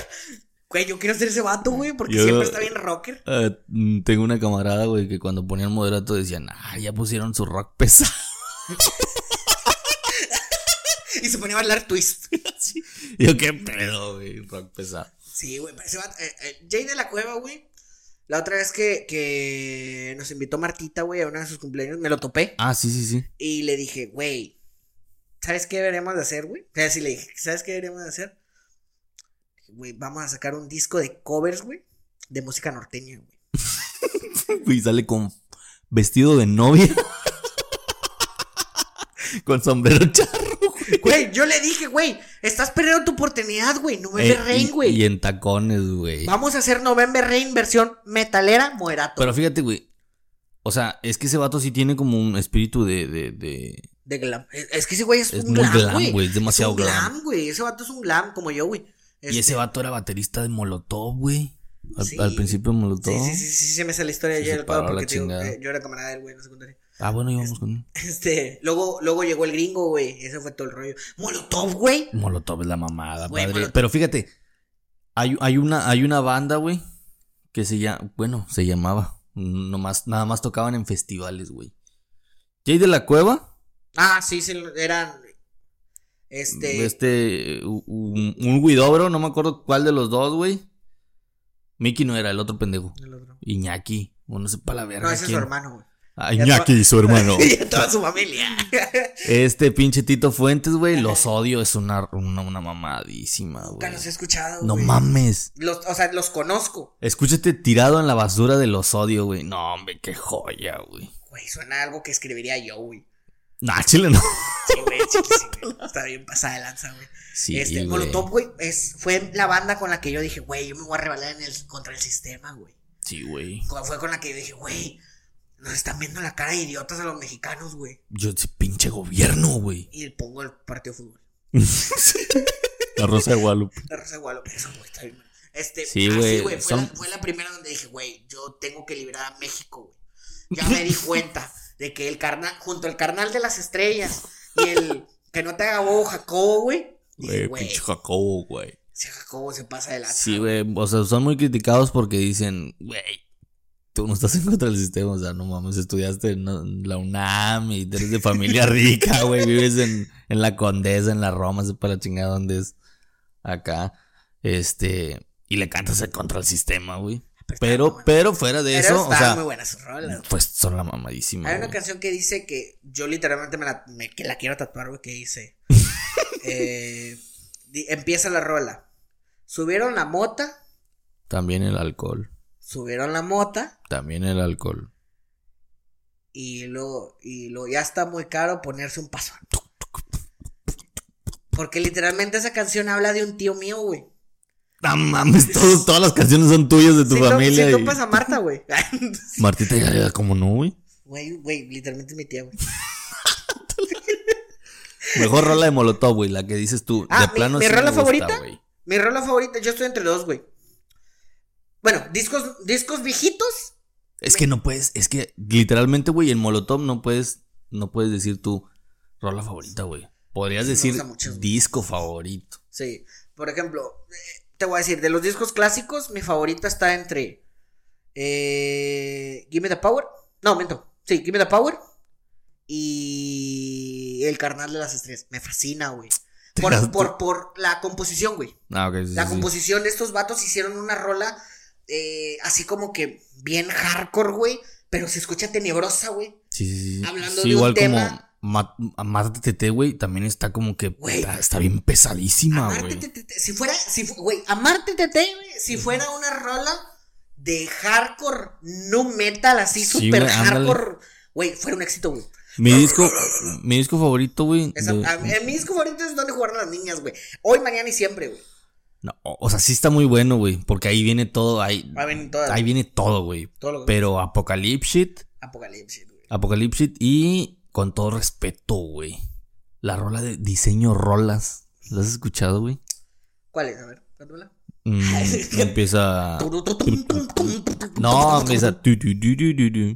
S1: Güey, yo quiero ser ese vato, güey, porque
S2: Yo-
S1: siempre está bien rocker.
S2: Eh, mm, tengo una camarada, güey, que cuando ponían moderato decían, ah, ya pusieron su rock pesado.
S1: Y se ponía a bailar twist.
S2: Yo, qué pedo, güey, rock pesado.
S1: Sí, güey, pero ese vato- eh, eh, Jay de la Cueva, güey. La otra vez que, que nos invitó Martita, güey, a uno de sus cumpleaños, me lo topé.
S2: Ah, sí, sí, sí.
S1: Y le dije, güey, ¿sabes qué deberíamos de hacer, güey? O sea, sí le dije, ¿sabes qué deberíamos de hacer? Dije, Güey, vamos a sacar un disco de covers, güey, de música norteña, güey.
S2: Y sale con vestido de novia. con sombrero charro.
S1: Güey, yo le dije, güey, estás perdiendo tu oportunidad, güey, no me
S2: Eh,
S1: Rain,
S2: y-
S1: Pues güey.
S2: Y en tacones, güey.
S1: Vamos a hacer November Rain versión metalera moderato
S2: Pero fíjate, güey. O sea, es que ese vato sí tiene como un espíritu de. de, de-
S1: de glam. Es es que ese güey es,
S2: Es
S1: un
S2: muy
S1: glam,
S2: glam,
S1: güey.
S2: güey, es demasiado
S1: un glam.
S2: glam.
S1: güey. Ese vato es un glam, como yo, güey. Este,
S2: Y ese vato era baterista de Molotov, güey. Al,
S1: Sí.
S2: al principio de Molotov.
S1: Sí, sí, sí, sí, se me sale la historia de
S2: Sí, se
S1: Jared Leto
S2: paró la
S1: porque te digo,
S2: chingada.
S1: eh, yo era camarada del güey en la secundaria.
S2: Ah, bueno, íbamos con.
S1: Este, luego, luego llegó el gringo, güey. Ese fue todo el rollo. Molotov, güey.
S2: Molotov es la mamada,
S1: Güey,
S2: padre.
S1: Molotov.
S2: Pero fíjate, hay, hay una, hay una banda, güey, que se llama, bueno, se llamaba, nomás, nada más tocaban en festivales, güey. Jay de la Cueva,
S1: Ah, sí, sí, eran. Este.
S2: este, u- un, un Guidobro, no me acuerdo cuál de los dos, güey. Mickey no era, el otro pendejo.
S1: el otro.
S2: Iñaki, o no sé para la verga.
S1: No, ese es su
S2: quién.
S1: hermano, güey.
S2: Ah,
S1: Ya
S2: Iñaki,
S3: Iñaki y su hermano.
S1: Y a toda su familia.
S2: Este pinche Tito Fuentes, güey, los odio, es una, una, una mamadísima,
S1: Nunca
S2: Ah, güey.
S1: los he escuchado.
S2: No
S1: güey.
S2: mames.
S1: Los, o sea, los conozco.
S2: Escúchate tirado en la basura de los odios, güey. No, hombre, qué joya, güey.
S1: Güey, suena algo que escribiría yo, güey.
S2: Nah, chile no.
S1: Sí, güey, sí, sí, güey. Está bien pasada de lanza, güey.
S2: Sí,
S1: este,
S2: güey.
S1: Molotov, güey, es, fue la banda con la que yo dije, güey, yo me voy a rebelar en el, contra el sistema, güey.
S2: Sí, güey.
S1: Co- Fue con la que yo dije, güey, nos están viendo la cara de idiotas a los mexicanos, güey.
S2: Yo, ese pinche gobierno, güey.
S1: Y pongo el partido de fútbol.
S3: La Rosa de Guadalupe.
S1: La Rosa de Guadalupe, eso, güey, está bien. mal. Este,
S2: Sí,
S1: ah,
S2: güey,
S1: fue,
S2: son-
S1: la, fue la primera donde dije, güey, yo tengo que liberar a México, güey. Ya me di cuenta de que el carnal, junto al carnal de las estrellas y el que no te haga bobo, Jacobo, güey. Dije,
S3: Güey,
S1: güey,
S3: pinche Jacobo, güey.
S1: si Jacobo se pasa de la
S2: Sí, güey. O sea, son muy criticados porque dicen, güey, tú no estás en contra del sistema. O sea, no mames, estudiaste en en la UNAM y eres de familia rica, güey. Vives en, en la Condesa, en la Roma, sepa la chingada dónde es. Acá. Este. Y le cantas contra el sistema, güey. Pero, pero fuera de eso, o
S1: estaban
S2: sea. mm.
S1: muy buenas sus rolas.
S2: Pues son la mamadísima.
S1: Hay una
S2: güey.
S1: canción que dice que yo literalmente me la, me- que la quiero tatuar, güey, que dice. eh, di- empieza la rola. Subieron la mota,
S2: También el alcohol.
S1: subieron la mota
S2: También el alcohol.
S1: y luego, y luego ya está muy caro ponerse un paso. Porque literalmente esa canción habla de un tío mío, güey.
S2: No mames, todos- todas las canciones son tuyas de tu
S1: Si, to-
S2: familia.
S1: si
S2: y-
S1: topas a Marta, güey.
S2: Martita y Gareda, como no, güey.
S1: Güey, güey, literalmente es mi tía, güey.
S2: Mejor rola de Molotov, güey, la que dices tú.
S1: Ah,
S2: de
S1: mi-
S2: plano
S1: mi
S2: sí me
S1: rola
S2: gusta,
S1: favorita.
S2: güey.
S1: Mi rola favorita, yo estoy entre dos, güey. Bueno, discos, discos viejitos.
S2: Es que no puedes, es que literalmente, güey, en Molotov no puedes, no puedes decir tu rola favorita, güey. Podrías
S1: me
S2: decir
S1: gusta mucho, güey.
S2: disco favorito.
S1: Sí. Por ejemplo, eh, te voy a decir, de los discos clásicos, mi favorita está entre. eh, Give me the Power. No, miento. Sí, Give me the Power. Y. El carnal de las estrellas. Me fascina, güey.
S2: Te
S1: Por,
S2: gastas-
S1: por, por la composición, güey.
S2: Ah, ok, sí, sí,
S1: La
S2: sí.
S1: composición de estos vatos hicieron una rola eh, así como que bien hardcore, güey. Pero se escucha tenebrosa, güey.
S2: Sí, sí, sí.
S1: Hablando
S2: Sí,
S1: de un
S2: igual
S1: tema-
S2: como Ma- a Marta Tete, güey, también está como que
S1: Güey.
S2: está, está bien pesadísima,
S1: Amarte
S2: güey.
S1: Tete, Tete, si fuera, si fu- güey, Amarte Tete, güey, si fuera una rola de hardcore, no metal, así
S2: Sí,
S1: super
S2: güey, ándale.
S1: hardcore, güey, fuera un éxito, güey.
S2: Mi disco, mi disco favorito, güey.
S1: Esa-
S2: de-
S1: a- a- mi disco favorito es donde jugaron las niñas, güey. Hoy, mañana y siempre, güey.
S2: no, o o sea, sí está muy bueno, güey. Porque ahí viene todo, ahí,
S1: Ahí vienen todas,
S2: ahí viene todo, güey.
S1: Todo lo que-
S2: Pero Apocalypse,
S1: Apocalipsis, güey.
S2: Apocalypse y con todo respeto, güey. La rola de diseño rolas. ¿La has escuchado, güey?
S1: ¿Cuál es? A ver, cántamela.
S2: Mm, empieza. No,
S1: No,
S2: empieza. tu, tu, tu, tu, tu, tu, tu, tu, tu, tu, tu,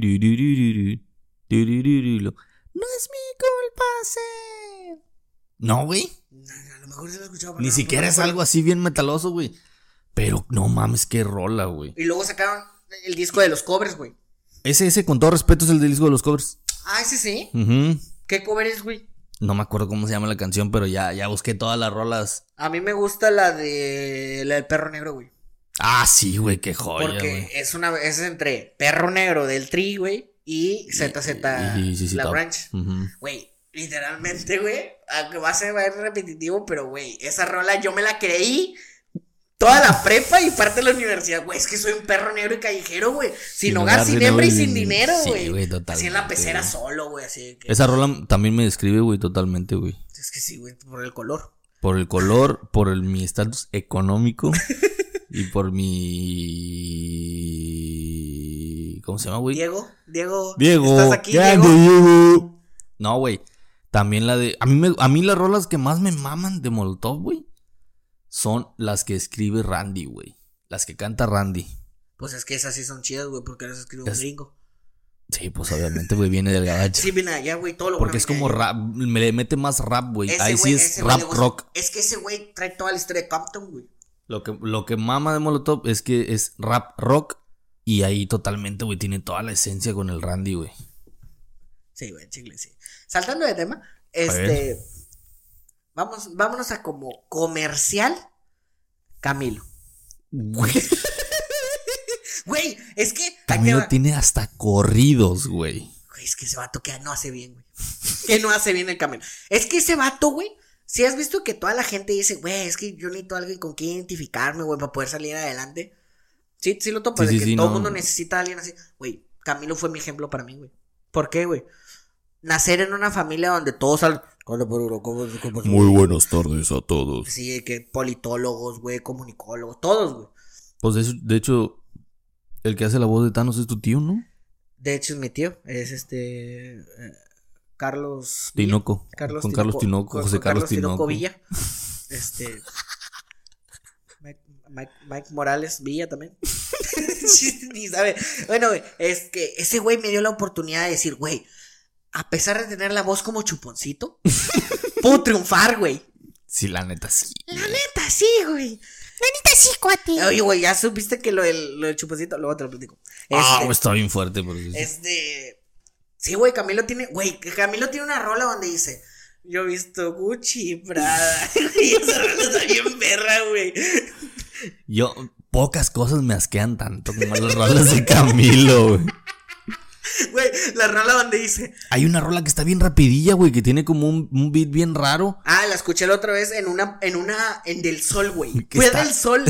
S2: tu, tu, tu, tu, tu, Tiriririru. No es mi culpa ser. No, güey.
S1: A lo mejor se lo he escuchado. pero
S2: Ni
S1: no,
S2: siquiera
S1: no me
S2: es
S1: acuerdo.
S2: algo así bien metaloso, güey. Pero no mames, qué rola, güey.
S1: Y luego sacaron el disco de los cobres, güey.
S2: Ese, ese, con todo respeto, es el del disco de los covers.
S1: Ah, ese sí.
S2: Ujú.
S1: ¿Qué cover es, güey?
S2: No me acuerdo cómo se llama la canción, pero ya, ya busqué todas las rolas.
S1: A mí me gusta la de la del perro negro, güey.
S2: Ah, sí, güey, qué joya,
S1: Porque
S2: güey.
S1: es una es entre perro negro del tri, güey, y ZZ
S2: Y- y- sí, sí,
S1: la
S2: top.
S1: branch.
S2: Ujú.
S1: Güey, literalmente, güey, aunque va a ser va a ir repetitivo, pero güey, esa rola yo me la creí toda la prepa y parte de la universidad, güey, es que soy un perro negro y callejero, güey, sin,
S2: Sin
S1: hogar,
S2: hogar,
S1: sin
S2: sin
S1: hembra y
S2: hogar y-
S1: sin dinero,
S2: sí,
S1: güey.
S2: güey,
S1: así en
S2: totalmente,
S1: la pecera
S2: güey.
S1: solo, güey, así que
S2: Esa rola también me describe, güey, totalmente, güey.
S1: es que sí, güey, por el color.
S2: Por el color, por el- mi estatus económico y por mi... ¿Cómo se llama, güey?
S1: Diego, Diego,
S2: Diego.
S1: ¿estás aquí,
S2: grande
S1: Diego?
S2: Diego. No, güey. También la de... A mí, me- a mí las rolas que más me maman de Molotov, güey, son las que escribe Randy, güey. Las que canta Randy.
S1: Pues es que esas sí son chidas, güey, porque las escribe un
S2: Es-
S1: gringo.
S2: Sí, pues obviamente, güey, viene del gabacho.
S1: Sí, mira, ya, güey, todo lo
S2: Porque
S1: bueno
S2: es
S1: que
S2: como
S1: hay.
S2: rap, me le mete más rap, güey.
S1: Ese
S2: Ahí
S1: güey-
S2: sí es
S1: ese güey
S2: rap
S1: le gusta-
S2: rock.
S1: Es que ese güey trae toda la historia de Compton, güey.
S2: Lo que, lo que mama de Molotov es que es rap rock y ahí totalmente, güey, tiene toda la esencia con el Randy, güey.
S1: Sí, güey, chicle, sí. Saltando de tema,
S2: ver.
S1: este. Vamos, vámonos a como comercial Camilo.
S2: Güey,
S1: Güey, es que. ahí te
S2: Camilo
S1: va.
S2: tiene hasta corridos, güey.
S1: Güey, es que ese vato que no hace bien, güey. Que no hace bien el Camilo. Es que ese vato, güey. Si has visto que toda la gente dice, güey, es que yo necesito a alguien con quien identificarme, güey, para poder salir adelante. Sí, sí lo topas,
S2: Sí,
S1: de
S2: sí,
S1: que
S2: sí,
S1: todo el
S2: no.
S1: mundo necesita a alguien así. Güey, Camilo fue mi ejemplo para mí, güey. ¿Por qué, güey? Nacer en una familia donde todos salen. Hola, por Europa, ¿cómo- cómo-
S3: Muy buenas tardes a todos.
S1: Sí, que politólogos, güey, comunicólogos, todos, güey.
S2: Pues de, hecho- de hecho, el que hace la voz de Thanos es tu tío, ¿no?
S1: De hecho, es mi tío, es este. eh, Carlos. Villa.
S2: Tinoco.
S1: Carlos
S2: con Carlos Tinoco,
S1: con-
S2: José
S1: con
S2: Carlos, Tinoco.
S1: Villa. Este. Mike, Mike- Mike Morales Villa también. Ni sabe. Bueno, güey, es que ese güey me dio la oportunidad de decir, güey, a pesar de tener la voz como chuponcito, puedo triunfar, güey.
S2: Sí, la neta, sí.
S1: Neta, sí, güey. Oye, güey, ya supiste que lo del, lo del chuponcito, luego te lo platico.
S2: Ah,
S1: Este-
S2: güey, está bien fuerte. Porque...
S1: este. Sí, güey, Camilo tiene. Güey, que Camilo tiene una rola donde dice. Yo he visto Gucci, Prada. y esa rola está bien perra, güey.
S2: Yo, pocas cosas me asquean tanto como las rolas de Camilo, güey.
S1: Güey, la rola donde dice.
S2: Hay una rola que está bien rapidilla, güey, que tiene como un, un beat bien raro.
S1: Ah, la escuché la otra vez en una. En una. En Del Sol, güey.
S2: ¿Qué
S1: Fui a
S2: está?
S1: Del Sol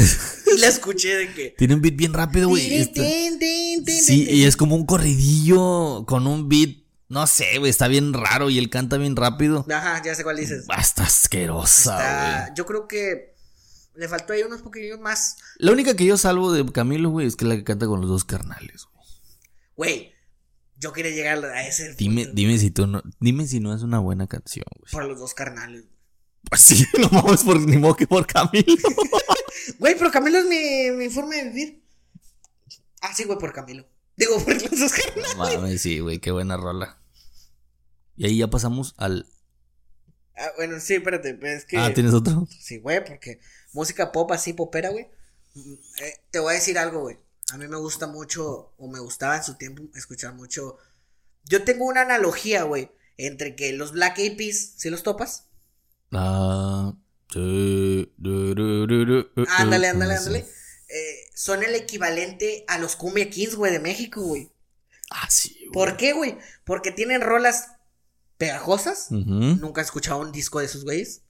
S1: y la escuché de que.
S2: Tiene un beat bien rápido, güey. está-
S1: tin, tin, tin,
S2: Sí,
S1: tin,
S2: y es como un corridillo con un beat. No sé, güey, está bien raro y él canta bien rápido.
S1: tin. Ajá, ya sé cuál dices.
S2: Ah, Está asquerosa,
S1: Está-
S2: güey.
S1: yo creo que. Le faltó ahí unos poquillos más.
S2: La única que yo salvo de Camilo, güey, es que la que canta con los dos carnales, güey.
S1: Güey, yo quería llegar a ese.
S2: Dime, dime si tú no, dime si no es una buena canción, güey.
S1: Por los dos carnales.
S2: Pues sí, no vamos por ni modo que por Camilo.
S1: Güey, pero Camilo es mi, mi forma de vivir. Ah, sí, güey, por Camilo. Digo, por los dos carnales.
S2: No Mames, sí, güey, qué buena rola. Y ahí ya pasamos al.
S1: Ah, bueno, sí, espérate, pero es que.
S2: Ah, ¿tienes otro?
S1: Sí, güey, porque música pop así, popera, güey. Mm, eh, te voy a decir algo, güey. A mí me gusta mucho, o me gustaba en su tiempo, escuchar mucho. Yo tengo una analogía, güey, entre que los Black Eyed Peas, ¿sí los topas?
S2: Ah, sí, du, du, du, du, eh, eh,
S1: Ándale, ándale,
S2: sí.
S1: ándale. Eh, son el equivalente a los Cumbia Kings, güey, de México, güey.
S2: Ah, sí, güey.
S1: ¿Por qué, güey? Porque tienen rolas pegajosas.
S2: Ujú.
S1: Nunca he escuchado un disco de esos güeyes.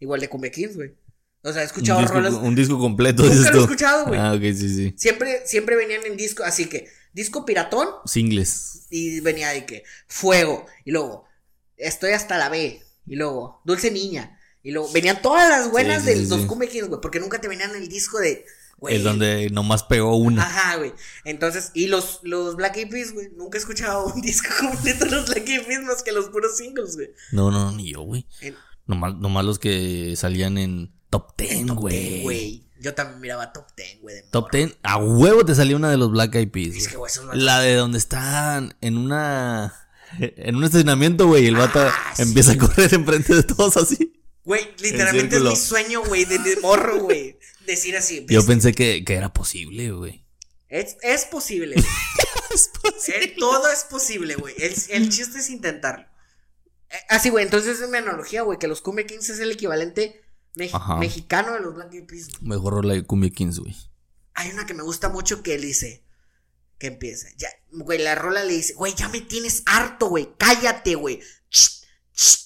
S1: Igual de Cumbia Kings, güey. O sea, he
S2: Un
S1: escuchado
S2: disco,
S1: rolas.
S2: un disco completo,
S1: Nunca lo
S2: dices
S1: he
S2: tú.
S1: escuchado, güey.
S2: Ah, ok, sí, sí.
S1: Siempre, siempre venían en disco, así que, disco piratón,
S2: Singles.
S1: y venía de que, fuego, y luego, estoy hasta la B, y luego, dulce niña, y luego, venían todas las buenas
S2: Sí, sí,
S1: de
S2: sí,
S1: los
S2: sí.
S1: Cumbia Kings, güey, porque nunca te venían el disco de, güey. Ah.
S2: Es donde nomás pegó una.
S1: Ajá, güey. Entonces, y los, los Black Eyed Peas, güey. Nunca he escuchado un disco completo de los Black Eyed Peas más que los puros singles, güey.
S2: No, no, ni yo, güey.
S1: El-
S2: Nomás, nomás los que salían en Top Ten,
S1: Top Ten,
S2: güey.
S1: güey. Yo también miraba Top Ten, güey. de
S2: Top
S1: morro.
S2: Ten. A huevo te salió una de los Black Eyed Peas.
S1: Es
S2: güey.
S1: que, güey, esos vatos-
S2: La de donde están en una. En un estacionamiento, güey, el vato
S1: Ah, sí.
S2: empieza a correr enfrente de todos así.
S1: Güey, literalmente es
S2: círculo.
S1: mi sueño, güey, de, de morro, güey. Decir así.
S2: Yo
S1: "Ves,
S2: pensé que, que era posible, güey.
S1: Es, es posible. güey. Eh, todo es posible, güey. El, el chiste es intentarlo. Eh, Así, güey, entonces es mi analogía, güey, que los Cumbia 15 es el equivalente me-
S2: Ajá.
S1: mexicano de los Black Eyed Peas, güey.
S2: Mejor rola de Cumbia Kings, güey.
S1: Hay una que me gusta mucho que él dice, que empieza, ya, güey, la rola le dice, güey, ya me tienes harto, güey, cállate, güey. Ch, ch.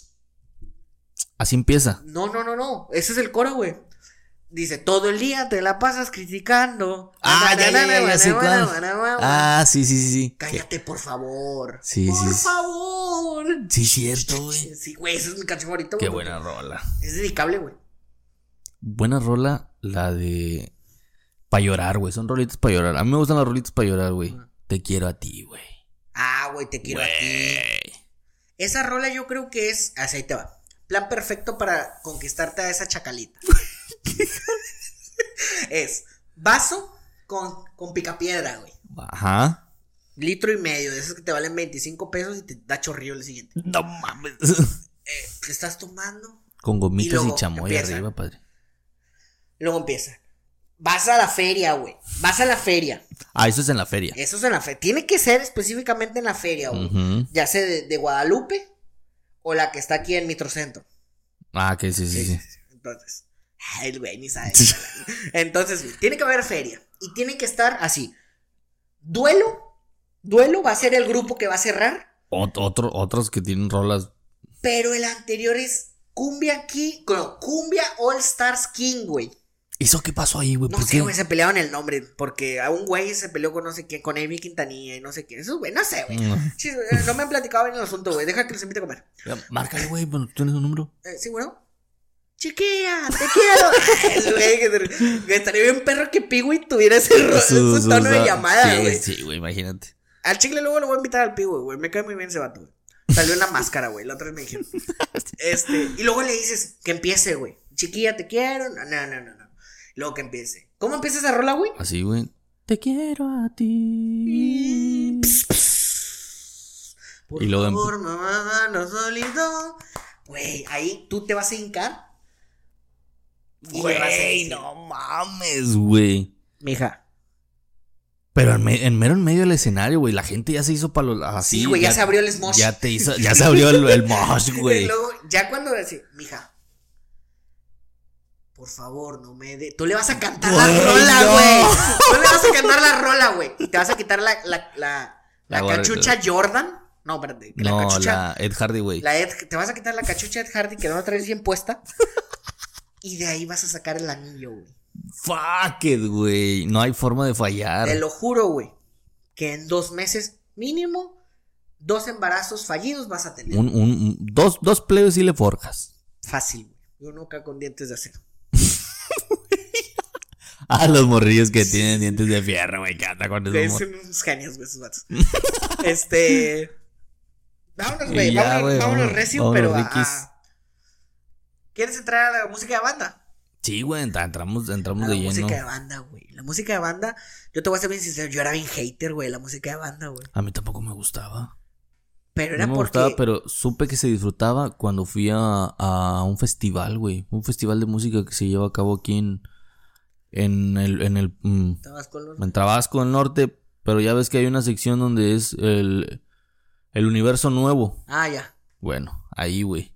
S2: Así empieza.
S1: No, no, no, no, ese es el coro, güey. Dice, todo el día te la pasas criticando.
S2: Ah, ya, ya, ya, ya sé cuál.
S1: Ah,
S2: Ah, sí, sí, sí, sí.
S1: Cállate, por favor.
S2: Sí, sí,
S1: por
S2: sí.
S1: favor.
S2: Sí, cierto, güey.
S1: Sí, güey, esa es mi canción favorita, güey.
S2: Qué
S1: porque
S2: buena rola.
S1: Es dedicable, güey.
S2: Buena rola, la de. Pa' llorar, güey. Son rolitas para llorar. A mí me gustan las rolitas para llorar, güey. Te quiero a ti, güey.
S1: Ah, güey, te quiero a ti.
S2: Güey.
S1: Esa rola yo creo que es. Así ahí te va. Plan perfecto para conquistarte a esa chacalita. es vaso con, con picapiedra, güey.
S2: Ajá.
S1: Litro y medio, de esos que te valen 25 pesos y te da chorrillo el siguiente.
S2: No mames.
S1: Eh, te estás tomando.
S2: Con
S1: Y
S2: gomitas y,
S1: luego
S2: chamoy
S1: empieza.
S2: arriba, padre.
S1: Luego empieza. Vas a la feria, güey. Vas a la feria.
S2: Ah, eso es en la feria.
S1: Eso es en la feria. Tiene que ser específicamente en la feria, güey.
S2: Ujú.
S1: ya sea de, de Guadalupe o la que está aquí en Mitrocentro.
S2: Ah, que sí, sí, sí.
S1: Entonces, ay, el güey ni sabe. Entonces, güey, tiene que haber feria y tiene que estar así. Duelo, duelo va a ser el grupo que va a cerrar,
S2: Ot- otro, otros que tienen rolas.
S1: pero el anterior es Cumbia King, no, Cumbia All Stars King, güey.
S2: ¿Eso qué pasó ahí, güey?
S1: No
S2: ¿Por
S1: sé,
S2: qué?
S1: güey, se pelearon el nombre, porque a un güey se peleó con no sé quién, con Amy Quintanilla y no sé quién. Eso, güey, no sé, güey.
S2: Mm.
S1: Sí, eh, No me han platicado bien el asunto, güey. Deja que los invite a comer.
S2: Márcale, güey. bueno, ¿Tú tienes un número?
S1: Eh, ¿Sí, bueno? Chiquilla, te quiero. Es, güey, que te- que estaría bien perro que Pigui tuviera ese, ro- ese tono de llamada,
S2: sí,
S1: güey.
S2: Sí, güey, imagínate.
S1: Al chicle luego lo voy a invitar al Pigui, güey. Me cae muy bien ese vato, güey. Salió en la máscara, güey. La otra vez me dijeron. Este, y luego le dices que empiece, güey. Chiquilla, te quiero. No, no, no, no. no. Luego que empiece. ¿Cómo empieza esa rola, güey?
S2: Así, güey. Te quiero a
S1: Mm.
S2: ti.
S1: Por
S2: Y luego em-
S1: favor, mamá, no solito. Güey, ahí tú te vas a hincar. y le vas a
S2: Güey,
S1: decir,
S2: no mames, güey.
S1: Mija.
S2: Pero en, me- en mero en medio del escenario, güey, la gente ya se hizo para los así.
S1: Mm. Sí, güey, ya, se abrió el smosh.
S2: Ya te hizo, ya se abrió el, el mosh,
S1: Y
S2: güey.
S1: luego, ya cuando decís, mija, por favor, no me de. Tú le vas a cantar
S2: Güey,
S1: la rola,
S2: no.
S1: güey. Tú le vas a cantar la rola, güey. Y te vas a quitar la, la, la,
S2: La
S1: la
S2: gorra-
S1: cachucha Jordan. No, espérate. La
S2: No,
S1: cachucha. La...
S2: la Ed Hardy, güey.
S1: Ed- te vas a quitar la cachucha Ed Hardy que no la traes bien puesta. Y de ahí vas a sacar el anillo, güey.
S2: Fuck it, güey. No hay forma de fallar.
S1: Te lo juro, güey. Que en dos meses, mínimo, dos embarazos fallidos vas a tener.
S2: Un, un, un- dos, dos plebes y le forjas.
S1: Fácil, güey. Y uno acá con dientes de acero.
S2: Ah, los morrillos que tienen dientes de fierro, güey. ¿Qué anda con
S1: Güey,
S2: eso?
S1: son unos genios, güey, esos vatos. este. Vámonos,
S2: Y
S1: güey.
S2: ya,
S1: Vámonos,
S2: güey,
S1: vámonos
S2: vámonos,
S1: recio,
S2: vámonos,
S1: pero. a-
S2: riquis.
S1: a- ¿Quieres entrar a la música de banda?
S2: Sí, güey, entra- entramos,
S1: A la
S2: entramos de lleno.
S1: música de banda, güey. La música de banda, yo te voy a ser bien sincero, yo era bien hater, güey, de la música de banda, güey.
S2: A mí tampoco me gustaba.
S1: Pero era
S2: No me
S1: porque.
S2: gustaba, pero supe que se disfrutaba cuando fui a, a un festival, güey. Un festival de música que se lleva a cabo aquí en, en el, en el, mm,
S1: Estabas con los-
S2: en Tabasco, en el norte. Pero ya ves que hay una sección donde es el, el universo nuevo.
S1: Ah, ya.
S2: Bueno, ahí, güey.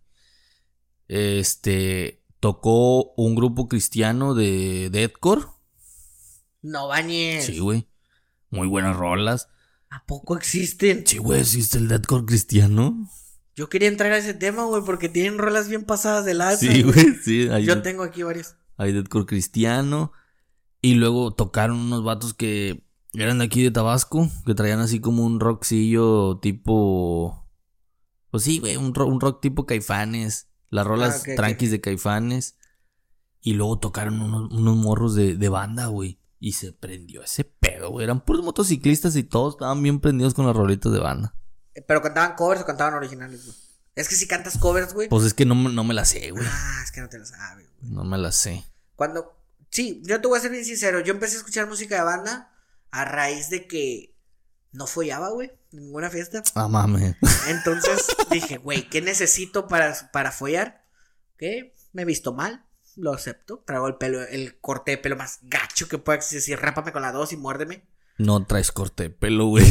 S2: Este, tocó un grupo cristiano de deathcore.
S1: No bañes.
S2: Sí, güey. Muy buenas rolas.
S1: ¿A poco existen?
S2: Sí, güey, existe el deathcore cristiano.
S1: Yo quería entrar a ese tema, güey, porque tienen rolas bien pasadas de lanza.
S2: Sí, güey, sí. ahí
S1: Ah, Yo tengo aquí varios.
S2: hay deathcore cristiano. Y luego tocaron unos vatos que eran de aquí de Tabasco, que traían así como un rockcillo tipo. Pues sí, güey, un, ro- un rock tipo caifanes. Las rolas
S1: Ah, ok, ok.
S2: tranquis de caifanes. Y luego tocaron unos, unos morros de, de banda, güey. Y se prendió ese pedo, güey. Eran puros motociclistas y todos estaban bien prendidos con las rolitas de banda.
S1: eh, Pero cantaban covers o cantaban originales, güey. Es que si cantas covers, güey.
S2: Pues es que no, me- no me la sé, güey.
S1: Ah, es que no te lo sabes. güey.
S2: No me la sé.
S1: Cuando. Sí, yo te voy a ser bien sincero. Yo empecé a escuchar música de banda a raíz de que no follaba, güey. ninguna fiesta.
S2: Ah, mames.
S1: Entonces dije, güey, ¿qué necesito para, para follar? Que me he visto mal, lo acepto. Traigo el pelo, el corte de pelo más gacho que pueda existir. Rápame con la dos y muérdeme.
S2: No traes corte de pelo, güey.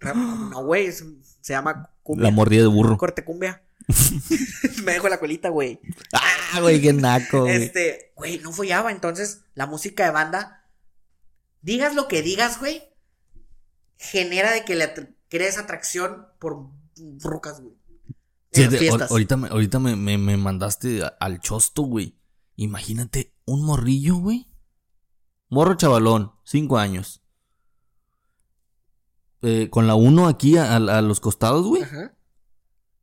S1: Ráp- No, güey, es- se llama cumbia.
S2: La mordida de burro.
S1: Corte cumbia. me dejo la colita, güey.
S2: Ah, güey, qué naco, güey.
S1: Este, güey, no follaba. Entonces, la música de banda, digas lo que digas, güey, genera de que le atr- crees atracción por rucas, güey. En
S2: Sí,
S1: las
S2: de- ahor-
S1: fiestas.
S2: ahorita me, ahorita me, me- me mandaste a- al chosto, güey. Imagínate un morrillo, güey. Morro chavalón, cinco años. Eh, con la uno aquí a, a- a los costados, güey.
S1: Ajá.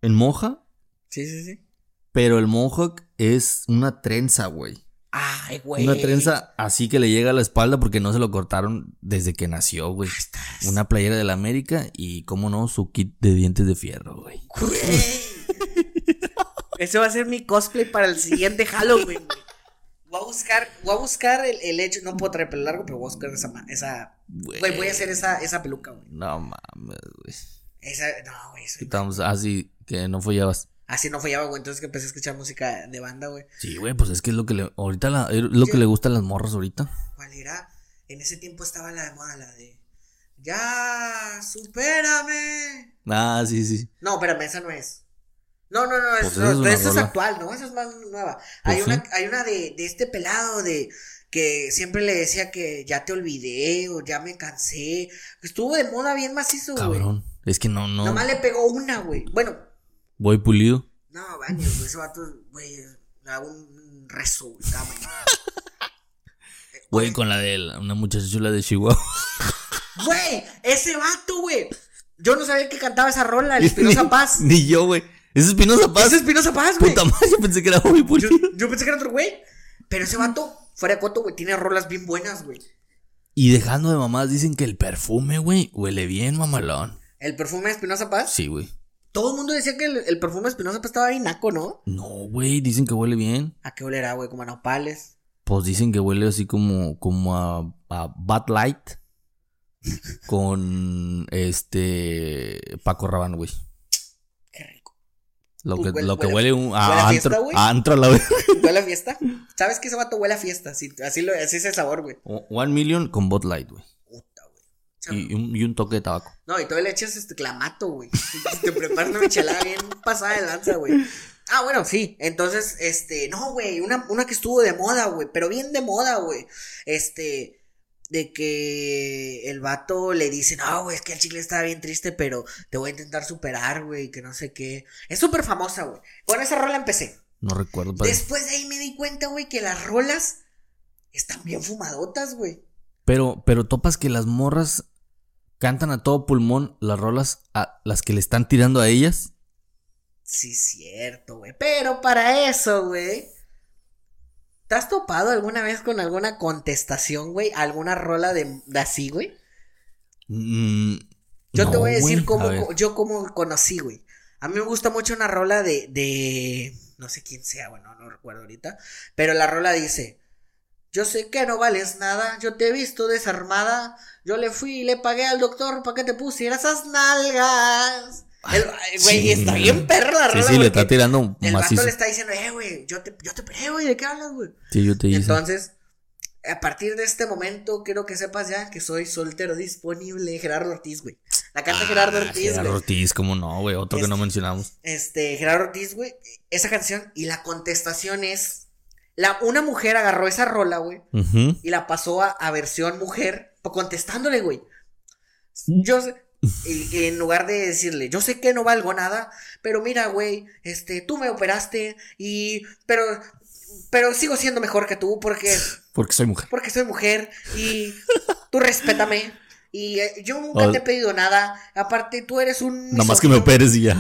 S2: En moja.
S1: Sí, sí, sí.
S2: Pero el mohawk es una trenza, güey.
S1: Ay, güey.
S2: Una trenza así que le llega a la espalda porque no se lo cortaron desde que nació, güey. Una playera de la América y, cómo no, su kit de dientes de fierro, güey.
S1: Güey. Ese va a ser mi cosplay para el siguiente Halloween, güey. Voy a buscar, voy a buscar el, el hecho. No puedo traer pelo largo, pero voy a buscar esa. ma- esa güey, voy a hacer esa, esa peluca, güey.
S2: No mames, güey.
S1: Esa, no, güey. soy-
S2: Estamos así que no follabas.
S1: Así no follaba, güey. Entonces que empecé a escuchar música de banda, güey.
S2: Sí, güey, pues es que es lo que le. Ahorita la- es lo que le gusta a las morras ahorita.
S1: ¿Cuál era? En ese tiempo estaba la de moda, la de. ¡Ya! ¡Supérame!
S2: Ah, sí, sí.
S1: No, espérame, esa no es. No, no, no,
S2: Pues
S1: es,
S2: esa es
S1: no,
S2: una
S1: esa es
S2: rola. Pues
S1: actual, ¿no? Esa es más nueva. hay,
S2: sí.
S1: una, hay una de, de este pelado de que siempre le decía que ya te olvidé o ya me cansé. Estuvo de moda bien macizo, güey.
S2: Cabrón. Es que no, no.
S1: Nomás le pegó una, güey. Bueno,
S2: Voy pulido.
S1: no, baños, güey, ese vato, güey, le hago un rezo, güey, cada mañana.
S2: Güey, con la de la- una muchacha chula de Chihuahua.
S1: Güey, ese vato, güey. Yo no sabía que cantaba esa rola, el Espinosa Paz.
S2: Ni yo, güey. Es Espinosa Paz.
S1: Es Espinosa Paz, güey.
S2: Puta madre, yo pensé que era Bobby
S1: Yo,
S2: Pulido.
S1: yo pensé que era otro güey. Pero ese vato, fuera de coto, güey, tiene rolas bien buenas, güey.
S2: Y dejando de mamás, dicen que el perfume, güey, huele bien, mamalón.
S1: El perfume de Espinosa Paz.
S2: Sí, güey.
S1: Todo el mundo decía que el, el perfume de Espinosa Paz estaba bien naco, ¿no?
S2: No, güey, dicen que huele bien.
S1: ¿A qué olerá, güey? Como a nopales.
S2: Pues dicen que huele así como, como a, a Bud Light con este Paco Rabanne, güey.
S1: Qué rico.
S2: Lo
S1: Pues
S2: que,
S1: huele-
S2: lo que
S1: huele-
S2: huele un,
S1: huele
S2: a,
S1: a
S2: antro,
S1: fiesta, güey.
S2: a antro a la vez.
S1: ¿Huele a fiesta? ¿Sabes que ese vato huele a fiesta? Así, así, lo, así es el sabor, güey.
S2: O- One Million con Bud Light, güey.
S1: Puta, güey. O sea,
S2: Y, y un, y un toque de tabaco.
S1: No, y todavía le echas este clamato, güey. Si Te preparas una michelada bien pasada de lanza, güey. Ah, bueno, sí. Entonces, este, no, güey, una, una que estuvo de moda, güey, pero bien de moda, güey. Este, de que el vato le dice, no, güey, es que el chicle está bien triste, pero te voy a intentar superar, güey, que no sé qué. Es súper famosa, güey. Con esa rola empecé.
S2: No recuerdo, pero,
S1: Después de ahí me di cuenta, güey, que las rolas están bien fumadotas, güey.
S2: pero, pero topas que las morras cantan a todo pulmón las rolas a las que le están tirando a ellas.
S1: Sí, cierto, güey. Pero para eso, güey. ¿Te has topado alguna vez con alguna contestación, güey? ¿Alguna rola de, de así, güey?
S2: Mm,
S1: Yo te
S2: no,
S1: voy a decir
S2: güey.
S1: cómo,
S2: ver.
S1: co- yo cómo conocí, güey. A mí me gusta mucho una rola de, de... No sé quién sea, bueno, no recuerdo ahorita. Pero la rola dice... Yo sé que no vales nada, yo te he visto desarmada. Yo le fui y le pagué al doctor para que te pusieras esas nalgas. El- ay, Güey,
S2: sí.
S1: está bien perro la
S2: Ah, Sí,
S1: rola.
S2: sí, le
S1: porque-
S2: está tirando
S1: el
S2: macizo.
S1: vato le está diciendo, eh, güey, yo te, yo te peleo, güey, ¿de qué hablas, güey?
S2: Sí, yo te hice.
S1: Entonces, a partir de este momento, quiero que sepas ya que soy soltero disponible, Gerardo Ortiz, güey. La carta Gerardo
S2: Ah,
S1: Ortiz,
S2: Gerardo
S1: güey.
S2: Ortiz, cómo no, güey. Otro que
S1: Es-
S2: no mencionamos.
S1: Este, Gerardo Ortiz, güey, esa canción y la contestación es, la, una mujer agarró esa rola, güey,
S2: Ujú.
S1: y la pasó a, a versión mujer, po- contestándole, güey. Yo sé- y- y en lugar de decirle, yo sé que no valgo nada, pero mira, güey, este, tú me operaste y, pero, pero sigo siendo mejor que tú porque,
S2: Porque soy mujer.
S1: porque soy mujer y tú respétame y eh, yo nunca
S2: Ol-
S1: te he pedido nada, aparte tú eres un...
S2: Nada más que me
S1: misógino,
S2: operes y ya.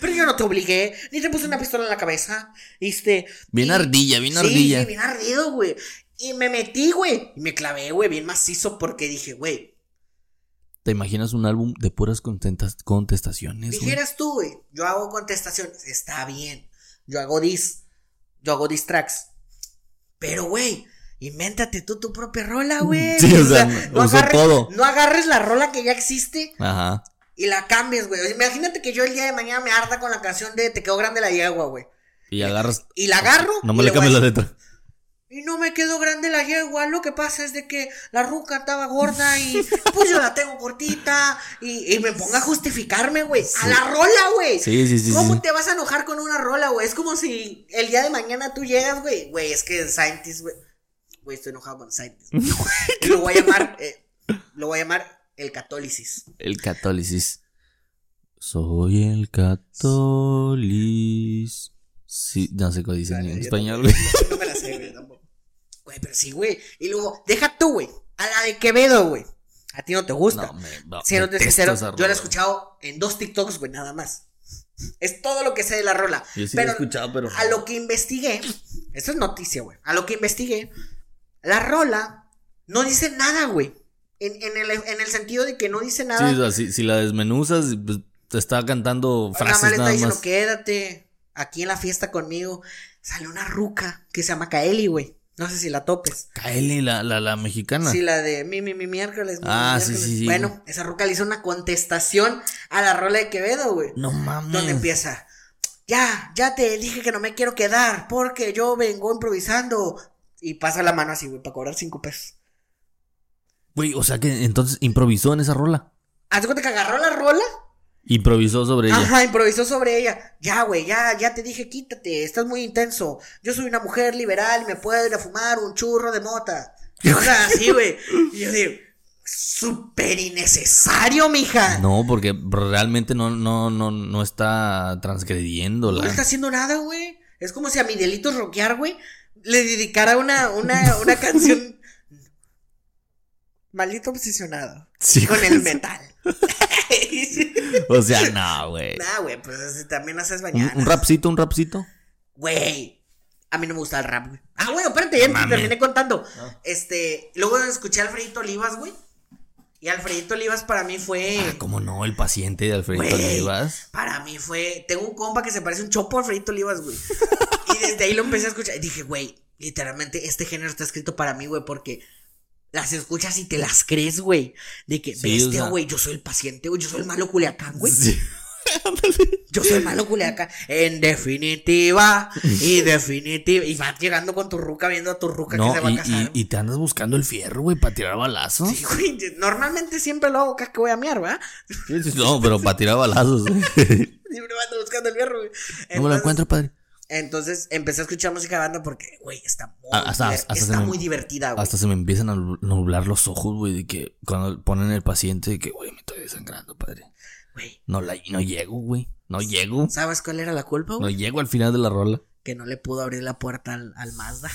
S1: Pero yo no te obligué, ni te puse una pistola en la cabeza, este...
S2: Bien
S1: y-
S2: ardilla, bien
S1: Sí,
S2: ardilla.
S1: sí, bien ardido, güey. Y me metí, güey. Y me clavé, güey, bien macizo porque dije, güey,
S2: ¿Te imaginas un álbum de puras contentas- contestaciones? güey?
S1: dijeras tú, güey, yo hago contestaciones, está bien. Yo hago dis, yo hago distracts. Pero, güey, Invéntate tú tu propia rola, güey.
S2: Sí, o sea, usó
S1: agarres,
S2: todo.
S1: no agarres la rola que ya existe
S2: Ajá.
S1: y la cambies, güey. Imagínate que yo el día de mañana me harta con la canción de Te quedó grande la yegua, güey.
S2: Y agarras.
S1: Y la agarro.
S2: Nomás
S1: y voy
S2: le
S1: a
S2: cambias la
S1: decir,
S2: letra.
S1: Y no me quedó grande la yegua, lo que pasa es de que la ruca estaba gorda y pues yo la tengo cortita y, y me ponga a justificarme, güey. A la rola, güey.
S2: Sí, sí, sí.
S1: ¿Cómo
S2: sí.
S1: te vas a enojar con una rola, güey? Es como si el día de mañana tú llegas, güey. Güey, es que Scientist, güey. Güey, estoy enojado con Scientist. Y lo voy a llamar, eh, lo voy a llamar el católisis.
S2: El católisis. Soy el católisis. Sí, no sé cómo dicen
S1: Dale,
S2: en
S1: yo
S2: español, güey.
S1: tampoco- No me la sé, güey, tampoco. Güey, pero sí, güey. Y luego, deja tú, güey. A la de Quevedo, güey. A ti no te gusta.
S2: No, Ah, me. no,
S1: Siendo
S2: detesto
S1: sincero,
S2: esa
S1: yo la
S2: rola.
S1: he escuchado en dos TikToks, güey, nada más. Es todo lo que sé de la rola.
S2: Yo sí la he
S1: pero
S2: escuchado, pero.
S1: a lo que investigué, esto es noticia, güey. A lo que investigué, la rola no dice nada, güey. En, en el, en el sentido de que no dice
S2: Sí,
S1: nada.
S2: o sea, si, si la desmenuzas, pues, te está cantando
S1: nada más
S2: frases
S1: le
S2: nada
S1: está
S2: más.
S1: diciendo, quédate aquí en la fiesta conmigo. Sale una ruca que se llama Kaeli, güey. No sé si la topes.
S2: Kaeli, la, la, la mexicana.
S1: Sí, la de mi, mi, mi miércoles. mi,
S2: Ah,
S1: mi
S2: sí,
S1: miércoles.
S2: sí, sí.
S1: Bueno, esa ruca le hizo una contestación a la rola de Quevedo, güey.
S2: No mames.
S1: donde empieza. Ya, ya te dije que no me quiero quedar porque yo vengo improvisando. Y pasa la mano así, güey, para cobrar cinco pesos.
S2: Güey, o sea que entonces improvisó en esa rola.
S1: Haz de cuenta que agarró la rola.
S2: Improvisó sobre ella.
S1: Ajá, improvisó sobre ella. Ya, güey, ya, ya te dije, quítate, estás muy intenso. Yo soy una mujer liberal y me puedo ir a fumar un churro de mota. O sea, así, güey. Y yo digo, súper innecesario, mija. No,
S2: No, porque realmente no, no, no, no está transgrediendo la.
S1: está haciendo nada, güey. Es como si a mi delito roquear, güey, le dedicara una, una, una canción. Maldito obsesionado.
S2: Sí,
S1: Con el metal.
S2: o sea, no, güey.
S1: nah, güey, pues también haces
S2: Un,
S1: mañana.
S2: un rapcito, un rapcito.
S1: Güey. A mí no me gusta el rap, güey. Ah, güey, espérate, ya te
S2: Mami.
S1: terminé contando. Este, luego escuché a Alfredito Olivas, güey. Y Alfredito Olivas para mí fue.
S2: Ah, ¿Cómo no? El paciente de Alfredito
S1: Güey.
S2: Olivas.
S1: Para mí fue. Tengo un compa que se parece un chopo a Alfredito Olivas, güey. y desde ahí lo empecé a escuchar. Y dije, güey, literalmente este género está escrito para mí, güey, porque las escuchas y te las crees, güey. De que,
S2: Sí, o
S1: bestia,
S2: sea-
S1: güey, yo soy el paciente, güey, yo soy el malo Culiacán, güey.
S2: Sí.
S1: Yo soy malo Culiacán. En definitiva, y definitiva. Y vas llegando con tu ruca viendo a tu ruca
S2: No,
S1: que se va
S2: y,
S1: a casar.
S2: y- y te andas buscando el fierro, güey, para tirar balazos.
S1: Sí, güey, normalmente siempre lo hago acá que voy a miar, ¿verdad?
S2: No, pero para tirar balazos. no
S1: Siempre me ando buscando el fierro, güey.
S2: me lo
S1: Entonces-
S2: encuentro, padre.
S1: Entonces empecé a escuchar música de banda porque, güey, está muy,
S2: Ah, hasta-
S1: diver-
S2: hasta se
S1: está
S2: me-
S1: muy divertida, ah, güey.
S2: Hasta se me empiezan a nublar los ojos, güey, de que cuando ponen el paciente, de que, güey, me estoy desangrando, padre.
S1: Güey,
S2: No, la, no llego, güey. No llego.
S1: ¿Sabes cuál era la culpa,
S2: No
S1: güey?
S2: llego al final de la rola.
S1: Que no le pudo abrir la puerta al, al Mazda.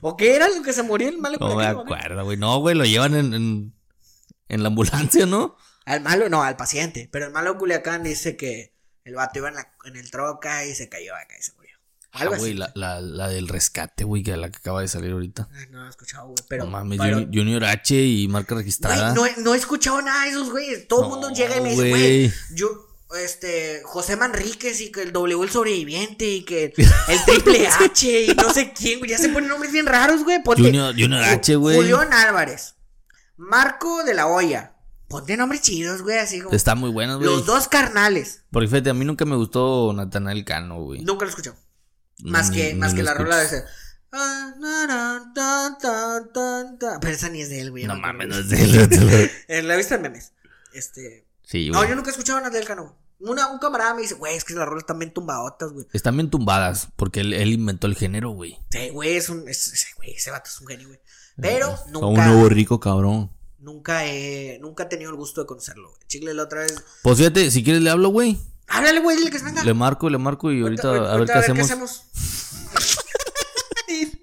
S1: ¿O qué era lo que se murió el malo?
S2: No me
S1: culiacán, güey?
S2: acuerdo, güey. No, güey, lo llevan en, en, en la ambulancia, ¿no?
S1: Al malo, no, al paciente. Pero el malo Culiacán dice que el vato iba en, la- en el troca y se cayó acá y se murió. Algo
S2: Ah, güey,
S1: así.
S2: la, la, la del rescate, güey, que la que acaba de salir ahorita.
S1: Ah, No lo he escuchado, güey. Pero,
S2: no mames,
S1: pero-
S2: Juni- Junior H y marca registrada.
S1: Güey, no, he- no he escuchado nada de esos, güey. Todo el
S2: No,
S1: mundo llega y me dice,
S2: güey.
S1: güey, yo, este, José Manríquez y que el W el sobreviviente y que el Triple H y no sé quién, güey. Ya se ponen nombres bien raros, güey. Ponte
S2: Junior, Junior
S1: Ju-
S2: H, güey.
S1: Julián Álvarez. Marco de la Hoya. Ponte nombres chidos, güey, así como.
S2: Está muy buena, güey.
S1: Los dos carnales.
S2: Porque fíjate, a mí nunca me gustó Natanael Cano, güey.
S1: Nunca lo he escuchado. Más
S2: Ni-
S1: que,
S2: ni
S1: más
S2: lo
S1: que la
S2: escucho.
S1: rola de ese. Ah, na, na, ta, ta, ta, ta. Pero esa ni es de él, güey.
S2: No
S1: me acuerdo.
S2: mames, no es de
S1: Eh, La he visto en memes. Este.
S2: Sí,
S1: No,
S2: güey.
S1: yo nunca he escuchado a Natalia Cano. Una, un camarada me dice, güey, es que las rolas están bien tumbadotas, güey.
S2: Están bien tumbadas, porque él, él inventó el género, güey.
S1: Sí, güey, es un. es- ese, güey, ese vato es un genio, güey. Pero
S2: A un
S1: nunca,
S2: nuevo rico cabrón.
S1: nunca, he, nunca he tenido el gusto de conocerlo, güey. Chicle la otra vez.
S2: Pues fíjate, si quieres le hablo, güey.
S1: Háblale, güey, dile que se venga.
S2: Le marco, le marco y ahorita, a ver qué
S1: Ahorita
S2: hacemos.
S1: hacemos.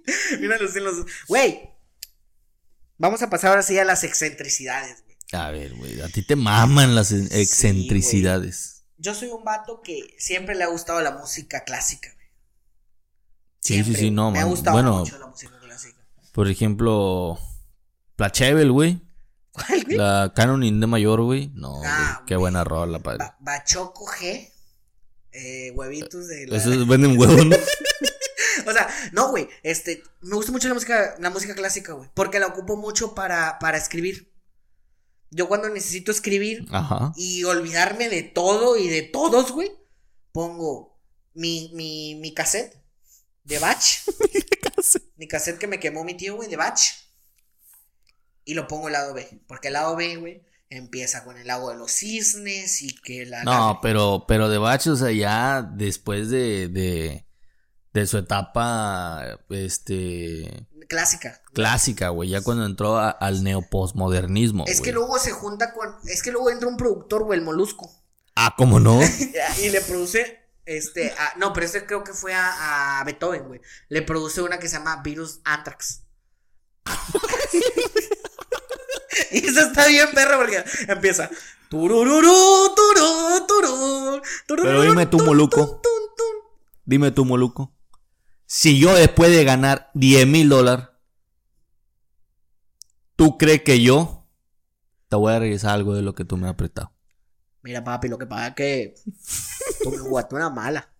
S1: Mira los celos. Güey, vamos a pasar ahora sí a las excentricidades, güey.
S2: A ver, güey, a ti te maman las en-
S1: güey.
S2: excentricidades.
S1: Yo soy un vato que siempre le ha gustado la música clásica, güey.
S2: Sí, sí,
S1: Siempre,
S2: sí, no,
S1: güey. Me ha
S2: man.
S1: gustado
S2: Bueno,
S1: mucho la música clásica.
S2: por ejemplo, Plachevel, güey.
S1: ¿Cuál, güey?
S2: La Canon in D mayor, güey. No,
S1: Ah,
S2: güey, qué
S1: güey.
S2: buena rola, padre.
S1: Ba- Bachoco G. eh, huevitos de la-
S2: Eso venden huevos, ¿no?
S1: O sea, no, güey. Este, me gusta mucho la música, la música clásica, güey. Porque la ocupo mucho para, para escribir. Yo cuando necesito escribir
S2: Ajá.
S1: y olvidarme de todo y de todos, güey, pongo mi, mi, mi cassette de Batch. mi cassette que me quemó mi tío, güey, de Batch. Y lo pongo el lado B. Porque el lado B, güey, empieza con el lago de los cisnes y que la.
S2: No, pero, pero de Bacho, o sea, ya después de, de, de su etapa este,
S1: Clásica.
S2: clásica, güey, ya cuando entró a- al neopostmodernismo.
S1: Es que
S2: güey.
S1: luego se junta con. Es que luego entra un productor, güey, el molusco.
S2: Ah, ¿cómo no?
S1: y le produce. Este. a- no, pero este creo que fue a, a Beethoven, güey. Le produce una que se llama Virus Anthrax. y eso está bien, perro, porque empieza. Turururú, turú, turú, tururú,
S2: Pero dime tú,
S1: tun,
S2: Moluco.
S1: tun, tun, tun.
S2: Dime tú, Moluco. Si yo después de ganar 10 mil dólares, ¿tú crees que yo te voy a regresar algo de lo que tú me has prestado?
S1: Mira, papi, lo que pasa es que. Tú me jugaste una mala.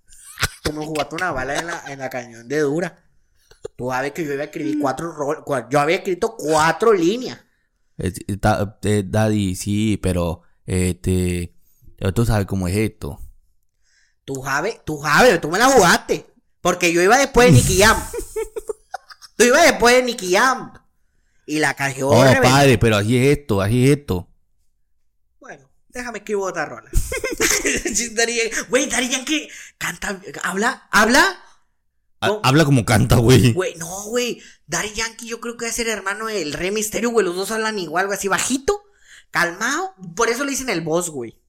S1: Tú me jugaste una bala en la, en la cañón de dura. Tú sabes que yo iba a escribir cuatro rol- cua- Yo había escrito cuatro líneas.
S2: Eh, sí, ta- eh, Daddy, sí, pero este, eh, tú sabes cómo es esto.
S1: Tú sabes, tú sabes, tú me la jugaste. Porque yo iba después de Nicky Jam. tú ibas después de Nicky Jam. Y la canción.
S2: Oh,
S1: reventó.
S2: padre, pero así es esto, así es esto.
S1: Bueno, déjame escribir otra rola. Sí, Daddy Yan- Güey, Dari Yankee canta, habla, habla.
S2: Ha-
S1: Oh.
S2: Habla como canta, güey.
S1: Güey, no, güey. Dari Yankee yo creo que va a ser hermano del Rey Misterio, güey. Los dos hablan igual, güey. Así bajito, calmado. Por eso le dicen el boss, güey.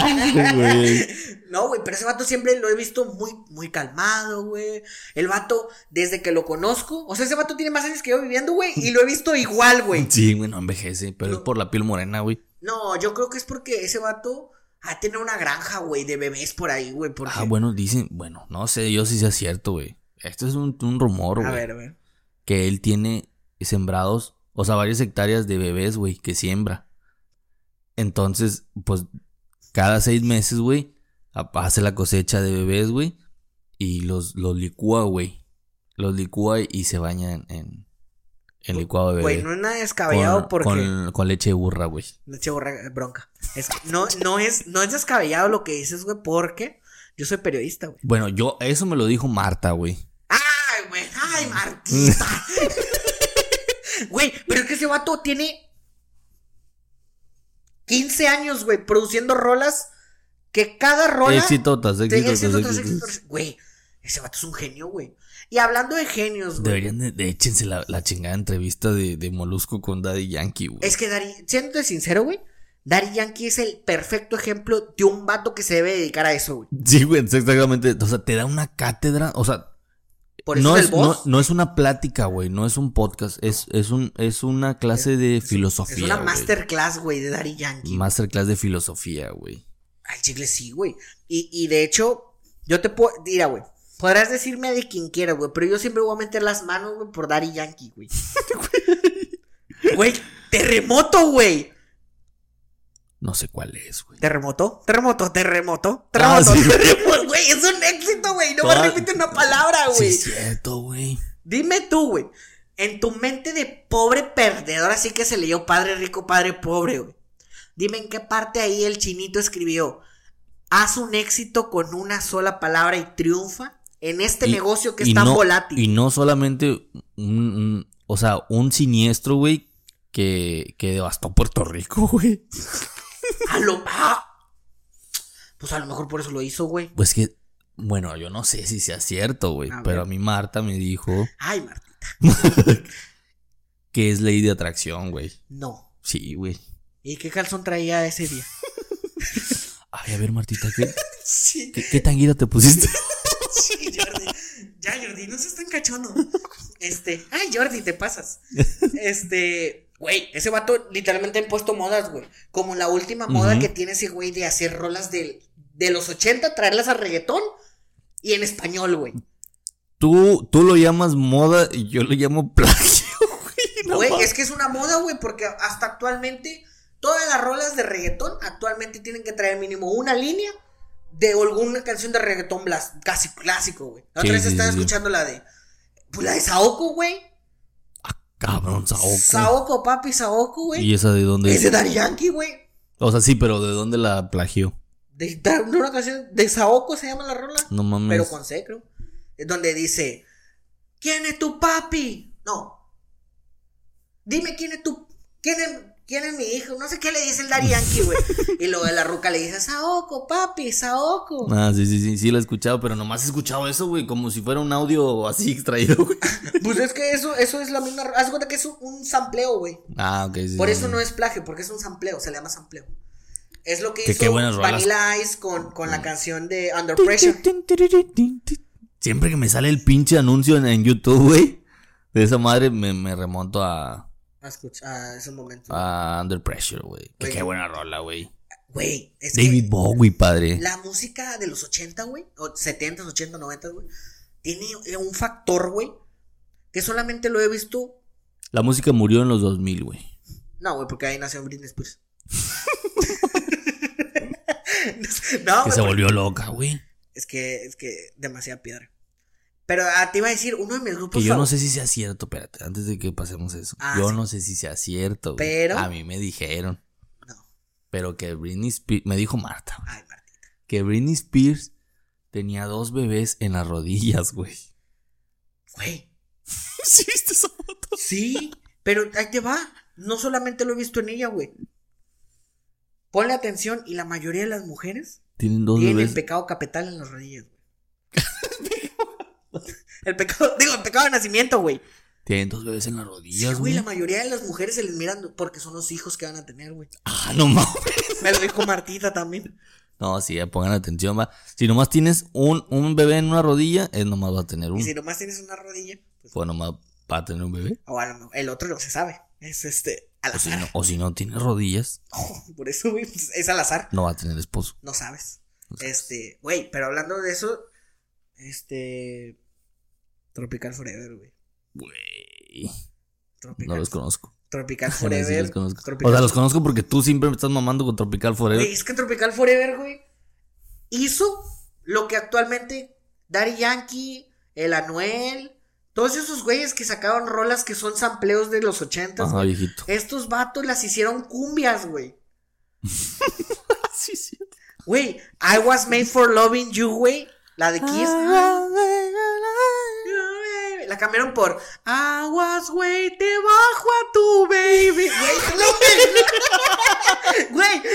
S2: güey.
S1: No, güey, pero ese vato siempre lo he visto muy, muy calmado, güey. El vato, desde que lo conozco, o sea, ese vato tiene más años que yo viviendo, güey, y lo he visto igual, güey.
S2: Sí, güey, no envejece, pero es por la piel morena, güey.
S1: No, yo creo que es porque ese vato ha tenido una granja, güey, de bebés por ahí, güey. Porque...
S2: Ah, bueno, dicen, bueno, no sé, yo sí sea cierto, güey. Esto es un, un rumor,
S1: A
S2: güey.
S1: ver, a ver.
S2: Que él tiene sembrados, o sea, varias hectáreas de bebés, güey, que siembra. Entonces, pues, cada seis meses, güey, ha- hace la cosecha de bebés, güey, y los, los licúa, güey. Los licúa y se baña en, en, en licuado de bebé.
S1: Güey, no es nada descabellado
S2: con,
S1: porque.
S2: con- con leche de burra, güey.
S1: Leche borra- bronca. Es- no, no, es, no es descabellado lo que dices, güey, porque yo soy periodista, güey.
S2: Bueno, yo, eso me lo dijo Marta, güey.
S1: ¡Ay, güey! ¡Ay, Martita! Mm. güey, pero es que ese vato tiene 15 años, güey, produciendo rolas que cada rola...
S2: Éxito tras
S1: te-
S2: éxito
S1: éxito
S2: tras
S1: tras éxito
S2: éxito.
S1: tras- Güey, ese vato es un genio, güey. Y hablando de genios, güey.
S2: Deberían de, de échense la, la chingada entrevista de, de Molusco con Daddy Yankee, güey.
S1: Es que Dari, siéndote sincero, güey, Dari Yankee es el perfecto ejemplo de un vato que se debe dedicar a eso, güey.
S2: Sí, güey, es exactamente. O sea, te da una cátedra. O sea,
S1: Por eso
S2: no
S1: es
S2: es,
S1: el
S2: no,
S1: boss.
S2: no es una plática, güey. No es un podcast. Es, es, un, es una clase de filosofía.
S1: es una
S2: güey.
S1: masterclass, güey, de Dari Yankee.
S2: Masterclass de filosofía, güey.
S1: Al chicle sí, güey. Y, y de hecho, yo te puedo. Mira, güey. Podrás decirme de quien quieras, güey. Pero yo siempre voy a meter las manos, güey, por Daddy Yankee, güey. Güey, terremoto, güey.
S2: No sé cuál es, güey.
S1: Terremoto, terremoto, terremoto,
S2: Ah,
S1: terremoto,
S2: sí.
S1: terremoto, güey. Es un éxito, güey. No
S2: Toda-
S1: me repite una palabra,
S2: Sí,
S1: Ah, güey.
S2: es cierto, güey.
S1: Dime tú, güey. En tu mente de pobre perdedor, así que se leyó padre rico, padre pobre, güey. Dime en qué parte ahí el chinito escribió: Haz un éxito con una sola palabra y triunfa en este
S2: Y-
S1: negocio que
S2: y
S1: es tan
S2: no-
S1: volátil.
S2: Y no solamente un, un- o sea, un siniestro, güey, que, que devastó Puerto Rico, güey.
S1: A lo- ¡Ah! Pues a lo mejor por eso lo hizo, güey.
S2: Pues que, bueno, yo no sé si sea cierto, güey,
S1: A
S2: pero
S1: ver.
S2: a mí Marta me dijo
S1: Ay, Martín.
S2: que es ley de atracción, güey.
S1: No.
S2: Sí, güey.
S1: ¿Y qué calzón traía ese día?
S2: Ay, a ver, Martita, ¿qué,
S1: Sí,
S2: qué, qué tanguita te pusiste?
S1: sí, Jordi. Ya, Jordi, no seas tan cachondo. Este, ay, Jordi, te pasas. Este, güey, ese vato literalmente ha impuesto modas, güey. Como la última moda
S2: Ujú.
S1: que tiene ese güey de hacer rolas del- de los 80, traerlas a reggaetón y en español, güey.
S2: Tú, tú lo llamas moda y yo lo llamo plagio, güey. no
S1: Güey,
S2: mames.
S1: es que es una moda, güey, porque hasta actualmente todas las rolas de reggaetón actualmente tienen que traer mínimo una línea de alguna canción de reggaetón blas- casi clásico, güey. La
S2: Sí,
S1: otra vez
S2: sí,
S1: estaba
S2: sí, sí.
S1: escuchando la de. Pues la de Saoko, güey.
S2: Cabrón, Saoko.
S1: Saoko, papi, Saoko, güey.
S2: ¿Y esa de dónde?
S1: Es de Daddy Yankee, güey.
S2: O sea, sí, pero ¿de dónde la plagió?
S1: De, da- de una canción de Saoko se llama la rola.
S2: No mames.
S1: Pero con C, creo. Es Donde dice: ¿Quién es tu papi? No. Dime quién es tu. ¿Quién es, quién es mi hijo? No sé qué le dice el Daddy Yankee, güey. y luego de la ruca le dice: Saoko, papi, Saoko.
S2: Ah, sí, sí, sí, sí la he escuchado, pero nomás he escuchado eso, güey, como si fuera un audio así extraído, güey.
S1: Pues es que eso, eso es la misma. Haz de cuenta que es un, un sampleo, güey.
S2: Ah, ok, sí.
S1: Por
S2: sí,
S1: eso
S2: sí.
S1: no es plagio, porque es un sampleo, se le llama sampleo. Es lo que,
S2: Que
S1: hizo
S2: qué buenas rolas. Mm.
S1: Vanilla Ice con, con la canción de Under Pressure.
S2: Siempre que me sale el pinche anuncio en, en YouTube, güey, de esa madre me, me remonto a,
S1: A escuchar, ah, es un momento.
S2: a Under Pressure, güey. Que
S1: Güey.
S2: qué buena rola, güey.
S1: Güey, es que
S2: David Bowie, padre.
S1: la música de los 80, güey, o 70, 80, 90, güey, tiene eh, un factor, güey, que solamente lo he visto.
S2: La música murió en los 2000, güey.
S1: No, güey, porque ahí nació Britney Spears. no,
S2: Que
S1: güey,
S2: se
S1: porque-
S2: volvió loca, güey.
S1: Es que, es que, demasiada piedra. Pero ah, te iba a decir, uno de mis
S2: Que
S1: grupos
S2: yo no
S1: favoritos.
S2: sé si sea cierto, espérate, antes de que pasemos eso.
S1: Ah,
S2: yo
S1: sí.
S2: no sé si sea cierto, güey.
S1: Pero-
S2: A mí me dijeron.
S1: No.
S2: Pero que Britney Spears. Me dijo Marta, güey,
S1: Ay, Martín.
S2: Que Britney Spears tenía dos bebés en las rodillas, güey.
S1: Güey.
S2: ¿Sí viste esa foto?
S1: Sí, pero ahí te va. No solamente lo he visto en ella, güey. Ponle atención y la mayoría de las mujeres
S2: Tienen dos
S1: tienen el
S2: bebés.
S1: pecado capital en las rodillas, güey. el pecado, digo, el pecado de nacimiento, güey.
S2: Tienen dos bebés en las
S1: Sí,
S2: rodillas,
S1: güey,
S2: güey.
S1: la mayoría de las mujeres se les miran porque son los hijos que van a tener, güey.
S2: Ah, no mames.
S1: Me lo dijo Martita también.
S2: No, sí, ya pongan atención, va. Si nomás tienes un, un bebé en una rodilla, él nomás va a tener
S1: Y
S2: un.
S1: si nomás tienes una rodilla, pues,
S2: Pues nomás va a tener un bebé.
S1: o a lo mejor- el otro no se sabe. Es este, al
S2: O si
S1: azar.
S2: no, o si no tiene rodillas,
S1: Por eso, güey, pues, es al azar.
S2: no va a tener esposo.
S1: No sabes.
S2: No sabes.
S1: Este, güey, pero hablando de eso, este. Tropical Forever, güey.
S2: Güey. No
S1: Tropical,
S2: los conozco.
S1: Tropical
S2: Sí, sí,
S1: Forever.
S2: los conozco.
S1: Tropical-
S2: O sea, los conozco porque tú siempre me estás mamando con Tropical Forever.
S1: Güey, es que Tropical Forever, güey, hizo lo que actualmente Daddy Yankee, el Anuel, todos esos güeyes que sacaban rolas que son sampleos de los ochentas.
S2: Ajá,
S1: güey.
S2: viejito.
S1: Estos vatos las hicieron cumbias, güey.
S2: sí, sí.
S1: Güey, I was made for loving you, güey. La de Kiss. La cambiaron por Aguas, güey, te bajo a tu baby. Güey, te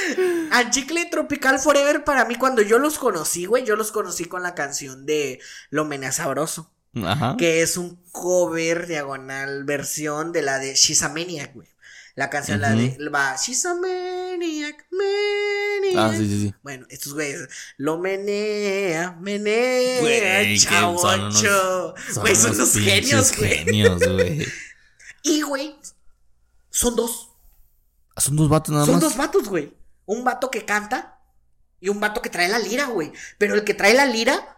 S1: lo- Güey, al chicle tropical forever para mí, cuando yo los conocí, güey, yo los conocí con la canción de Lo Mena Sabroso,
S2: Ajá.
S1: que es un cover diagonal versión de la de She's a Maniac, güey. La canción, la de. Va, She's a Maniac, Maniac.
S2: Ah, sí, sí, sí.
S1: Bueno, estos güeyes lo menea, menea,
S2: Güey, que son unos-
S1: chavocho. Güey, son unos
S2: pinches
S1: genios, güey.
S2: genios, güey.
S1: Y, güey, son dos.
S2: Ah, Son dos vatos nada
S1: son
S2: más.
S1: dos vatos, güey. Un vato que canta y un vato que trae la lira, güey. Pero el que trae la lira,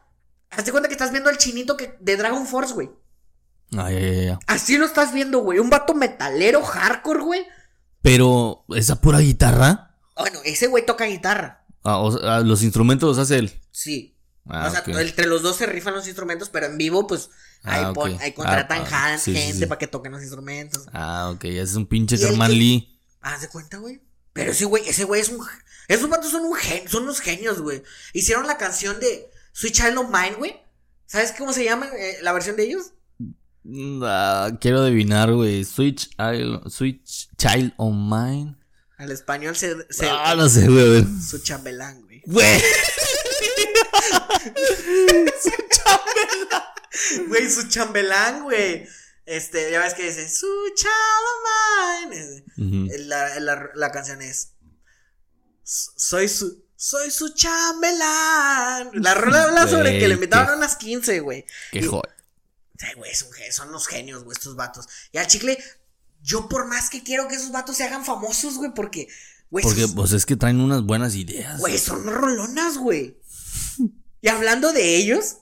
S1: hazte cuenta que estás viendo al chinito que, de Dragon Force, güey.
S2: Ay, ay, ay, ay.
S1: Así lo estás viendo, güey. Un vato metalero, hardcore, güey.
S2: Pero esa pura guitarra,
S1: Bueno, ese güey toca guitarra.
S2: ah, o sea, ah, los instrumentos los hace él.
S1: Sí.
S2: Ah,
S1: o sea,
S2: ok.
S1: entre los dos se rifan los instrumentos, pero en vivo, pues,
S2: Ah,
S1: ahí, pon-
S2: ok.
S1: ahí contratan
S2: Ah, ah,
S1: jan-
S2: sí, sí,
S1: gente
S2: sí.
S1: para que toquen los instrumentos.
S2: Ah, ok, ese es un pinche
S1: Y el
S2: Germán
S1: que-
S2: Lee.
S1: Haz de cuenta, güey. Pero ese güey, ese güey es un. Esos vatos son un gen, son unos genios, güey. Hicieron la canción de Sweet Child of Mine, güey. ¿Sabes cómo se llama eh, la versión de ellos?
S2: Ah, quiero adivinar, güey. Switch, Isle- Switch Child on Mine.
S1: Al español se. se
S2: Ah, no sé, güey. a ver.
S1: Su chambelán, güey.
S2: Güey.
S1: Güey, su chambelán, güey. Este, ya ves que dice Su Child of Mine. Ese.
S2: Ujú.
S1: La, la- la canción es Soy su Soy su chambelán La rola habla sobre
S2: Güey,
S1: que le invitaron
S2: qué-
S1: a unas 15, güey
S2: Qué
S1: Y-
S2: joder.
S1: Sí, güey, es un gen- son unos genios, güey, estos vatos Y al chicle, yo por más que quiero que esos vatos se hagan famosos, güey Porque, güey,
S2: Porque
S1: sus-
S2: pues es que traen unas buenas ideas.
S1: güey, son unas rolonas, güey Y hablando de ellos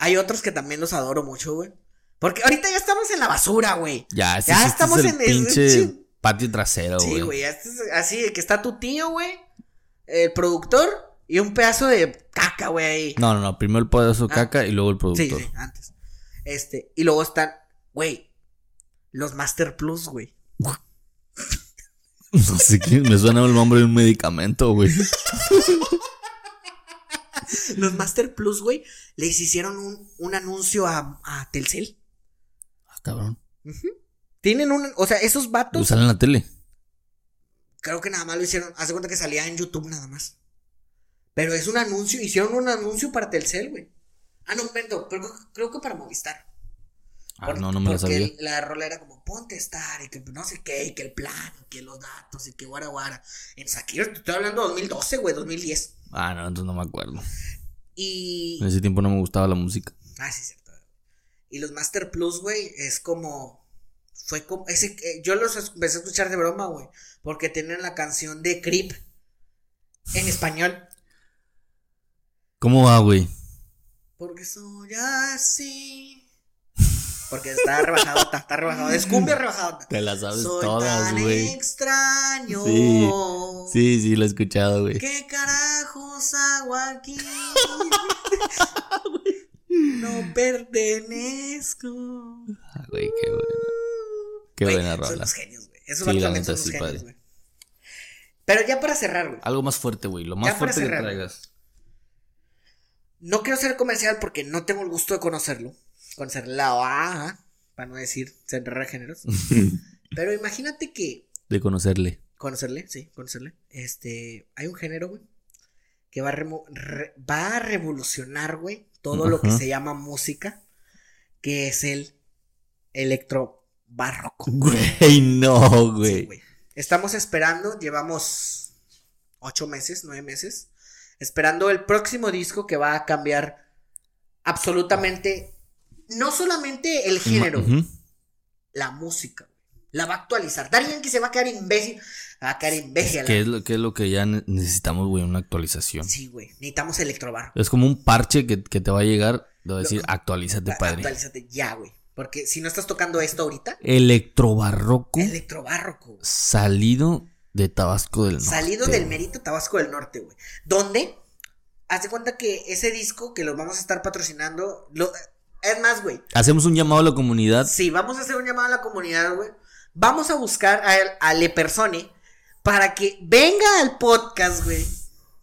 S1: Hay otros que también los adoro mucho, güey Porque ahorita ya estamos en la basura, güey
S2: Ya, este,
S1: Ya
S2: este
S1: estamos
S2: es el
S1: en ese-
S2: pinche
S1: sí.
S2: patio trasero, güey.
S1: este Sí, güey, ya estás- así de que está tu tío, güey, el productor, Y un pedazo de caca, güey, ahí.
S2: No, no, no. Primero el pedazo de
S1: Ah.
S2: caca y luego el
S1: Sí,
S2: productor.
S1: sí, antes. Este, y luego están, güey, los Master Plus, güey.
S2: No sé qué. Me suena el nombre de un medicamento, güey.
S1: Los Master Plus, güey, les hicieron un, un anuncio a, a Telcel.
S2: Ah, cabrón.
S1: Tienen un, o sea, esos
S2: Lo
S1: vatos,
S2: sale en la tele.
S1: creo que nada más lo hicieron, hace cuenta que salía en YouTube nada más. Pero es un anuncio, hicieron un anuncio para Telcel, güey. Ah, no, perdón, pero creo- creo que para Movistar.
S2: Ah,
S1: Por-
S2: no, no me lo
S1: porque
S2: sabía.
S1: el- la rola era como, ponte a estar, y que no sé qué, y que el plan, y que los datos, y que guara guara. En Shakira, te estoy hablando de 2012, güey, 2010.
S2: Ah, no, entonces no me acuerdo.
S1: Y.
S2: En ese tiempo no me gustaba la música.
S1: Ah, sí, cierto. Y los Master Plus, güey, es como. Fue como. Ese, eh, yo los es- empecé a escuchar de broma, güey. Porque tienen la canción de Creep en español.
S2: ¿Cómo va, güey?
S1: Porque soy así. Porque está rebajado, está, está rebajado. Es cumbia rebajado.
S2: Te la sabes
S1: Soy
S2: todas,
S1: tan
S2: güey.
S1: extraño.
S2: Sí, Sí, sí, lo he escuchado, güey.
S1: ¿Qué carajos hago aquí? no pertenezco.
S2: Ah, güey, qué buena. Qué
S1: Güey,
S2: buena
S1: Son
S2: rola.
S1: unos genios, güey. Esos
S2: Sí,
S1: vatos
S2: la
S1: también son unos
S2: neta, sí,
S1: genios,
S2: padre.
S1: güey. Pero ya para cerrar, güey.
S2: Algo más fuerte, güey. Lo
S1: Ya
S2: más
S1: para
S2: fuerte que
S1: cerrar.
S2: traigas.
S1: No quiero ser comercial porque no tengo el gusto de conocerlo. Conocer la OAA, para no decir cerrar géneros. Pero imagínate que.
S2: De conocerle.
S1: Conocerle, sí, conocerle. Este. Hay un género, güey. Que va a, remo- re- va a revolucionar, güey. Todo lo que
S2: Ajá.
S1: se llama música. Que es el electro barroco.
S2: Güey, no,
S1: Sí,
S2: Ah, güey.
S1: güey. Estamos esperando, llevamos ocho meses, nueve meses, esperando el próximo disco que va a cambiar absolutamente, no solamente el género,
S2: Ma- ujú.
S1: la música, güey. la va a actualizar. Darien que se va a quedar imbécil, va a quedar imbécil.
S2: ¿Qué es, lo, qué es lo que ya ne- necesitamos, güey? Una actualización.
S1: Sí, güey, necesitamos electrobar.
S2: Es como un parche que, que te va a llegar. Te va a decir,
S1: Ah,
S2: actualízate, padre.
S1: Actualízate ya, güey, porque si no estás tocando esto ahorita,
S2: Electrobarroco
S1: electrobarroco. güey.
S2: salido de Tabasco del Norte.
S1: Salido del merito Tabasco del Norte, güey. Donde, haz de cuenta que ese disco que los vamos a estar patrocinando, lo- es más, güey,
S2: Hacemos un llamado a la comunidad.
S1: sí, vamos a hacer un llamado a la comunidad, güey. Vamos a buscar a, a Le Persone para que venga al podcast, güey,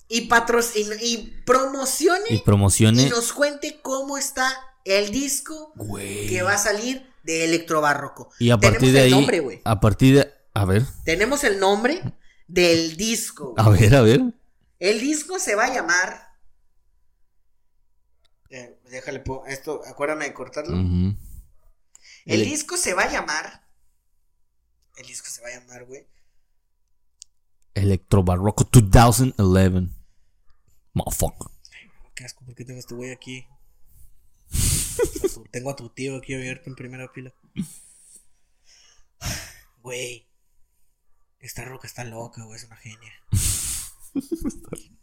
S1: y, patro- y, y promocione
S2: Y
S1: y
S2: promocione.
S1: nos cuente cómo está el disco
S2: Güey.
S1: que va a salir de Electrobarroco.
S2: Y Eh, a partir
S1: Tenemos
S2: de
S1: el
S2: ahí.
S1: nombre, güey.
S2: a partir de. A ver,
S1: Tenemos el nombre del disco. güey.
S2: a ver, a ver.
S1: El disco se va a llamar. Eh, déjale, po- esto, acuérdame de cortarlo.
S2: Ujú.
S1: El
S2: Ele-
S1: disco se va a llamar. El disco se va a llamar, güey.
S2: Electrobarroco 2011. Motherfucker.
S1: Qué asco, ¿por qué tengo a este güey aquí? tengo a tu tío aquí abierto en primera fila. Güey. Esta roca está loca, güey, es una genia.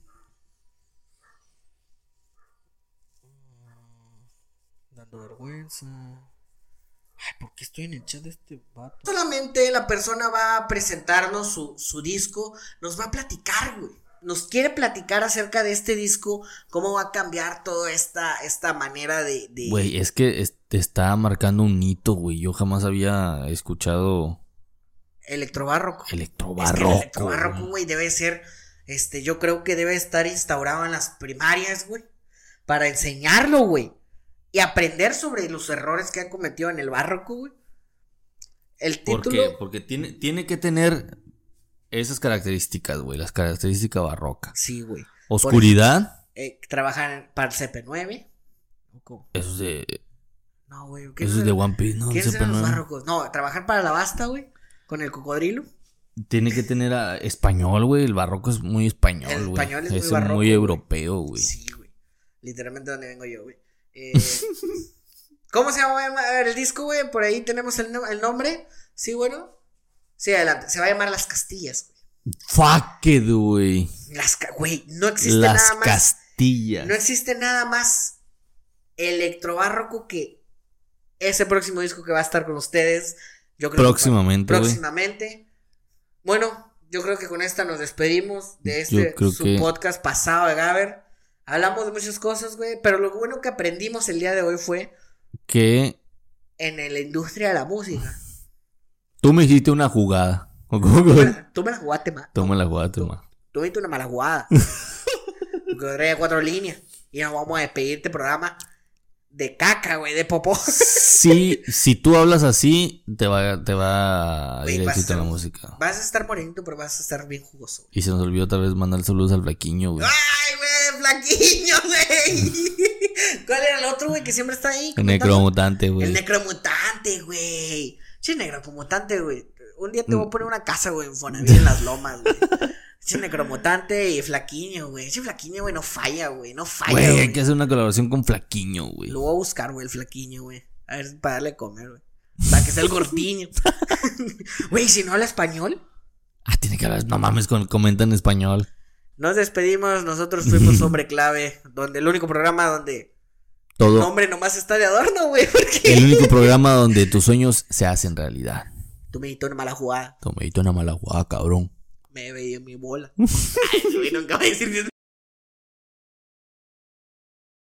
S1: Dando vergüenza. Ay, ¿por qué estoy en el chat de este vato? Solamente la persona va a presentarnos su, su disco, nos va a platicar, güey. Nos quiere platicar acerca de este disco, cómo va a cambiar toda esta, esta manera de. de-
S2: Güey, es que es- te está marcando un hito, güey. Yo jamás había escuchado
S1: Electrobarroco. Es que el
S2: electrobarroco.
S1: electrobarroco, güey, debe ser, este, yo creo que debe estar instaurado en las primarias, güey, para enseñarlo, güey, y aprender sobre los errores que han cometido en el barroco, güey. El
S2: ¿Por
S1: título,
S2: qué? Porque tiene, tiene que tener esas características, güey. Las características barrocas.
S1: sí, güey,
S2: Oscuridad.
S1: eh, trabajan para el CP9. ¿O cómo?
S2: Eso es de,
S1: No, güey, ¿qué
S2: eso es de One Piece, ¿no?
S1: ¿quiénes eran los
S2: CP9.
S1: barrocos? No, trabajar para la basta, güey, con el cocodrilo.
S2: Tiene que tener a- español, güey. El barroco es muy español,
S1: El
S2: güey.
S1: español es muy
S2: es
S1: barroco,
S2: muy
S1: güey.
S2: europeo, güey.
S1: Sí, güey. Literalmente donde vengo yo, güey. Eh, ¿Cómo se llama el disco, güey? Por ahí tenemos el, no- el nombre. Sí, bueno. Sí, adelante. Se va a llamar Las Castillas, güey.
S2: Fuck it, güey.
S1: Las Ca- güey, no existe
S2: Las
S1: nada más.
S2: Castillas.
S1: No existe nada más electrobarroco que ese próximo disco que va a estar con ustedes. Yo creo que-
S2: Próximamente, güey.
S1: próximamente. Bueno, Yo creo que con esta nos despedimos de este
S2: Yo creo
S1: su
S2: que-
S1: podcast pasado de Gaber. Hablamos de muchas cosas, güey, pero lo bueno que aprendimos el día de hoy fue
S2: Que
S1: en la industria de la música.
S2: tú me hiciste una jugada. ¿O cómo que-
S1: Tú me la jugaste mal.
S2: Toma la jugada, toma.
S1: Tú viste una mala jugada. Porque traía cuatro líneas. Y nos vamos a despedir este programa de caca, güey, de popó.
S2: Si, si tú hablas así, te va, te va
S1: Güey, vas a
S2: directito a la
S1: ser-
S2: música.
S1: Vas a estar morenito, pero vas a estar bien jugoso. güey.
S2: Y se nos olvidó tal vez mandar saludos al Flaquiño, güey.
S1: ¡Ay, güey! ¡Flaquiño, güey! ¿Cuál era el otro, güey, que siempre está ahí?
S2: El
S1: comentando?
S2: necromutante, güey.
S1: El necromutante, güey. Che, necromutante, güey. Un día
S2: Mm.
S1: te voy a poner una casa, güey, en Fonaví, en las lomas, güey. Che, necromutante y flaquiño, güey. Che, flaquiño, güey, no falla, güey. No falla,
S2: Güey, hay
S1: güey.
S2: que hacer una colaboración con Flaquiño, güey.
S1: Lo voy a buscar, güey, el flaquiño, güey. A ver, para darle de comer, güey. Para que sea el gordiño. Güey, si no habla español,
S2: Ah, tiene que hablar, no mames, con, comenta en español.
S1: nos despedimos. Nosotros fuimos Hombre Clave, donde el único programa donde
S2: Todo.
S1: nombre nomás está de adorno, güey. Porque
S2: El único programa donde tus sueños se hacen realidad.
S1: tú me diste una mala jugada.
S2: Tomadito una mala jugada, cabrón.
S1: Me veía mi bola. Ay, güey, nunca voy a decir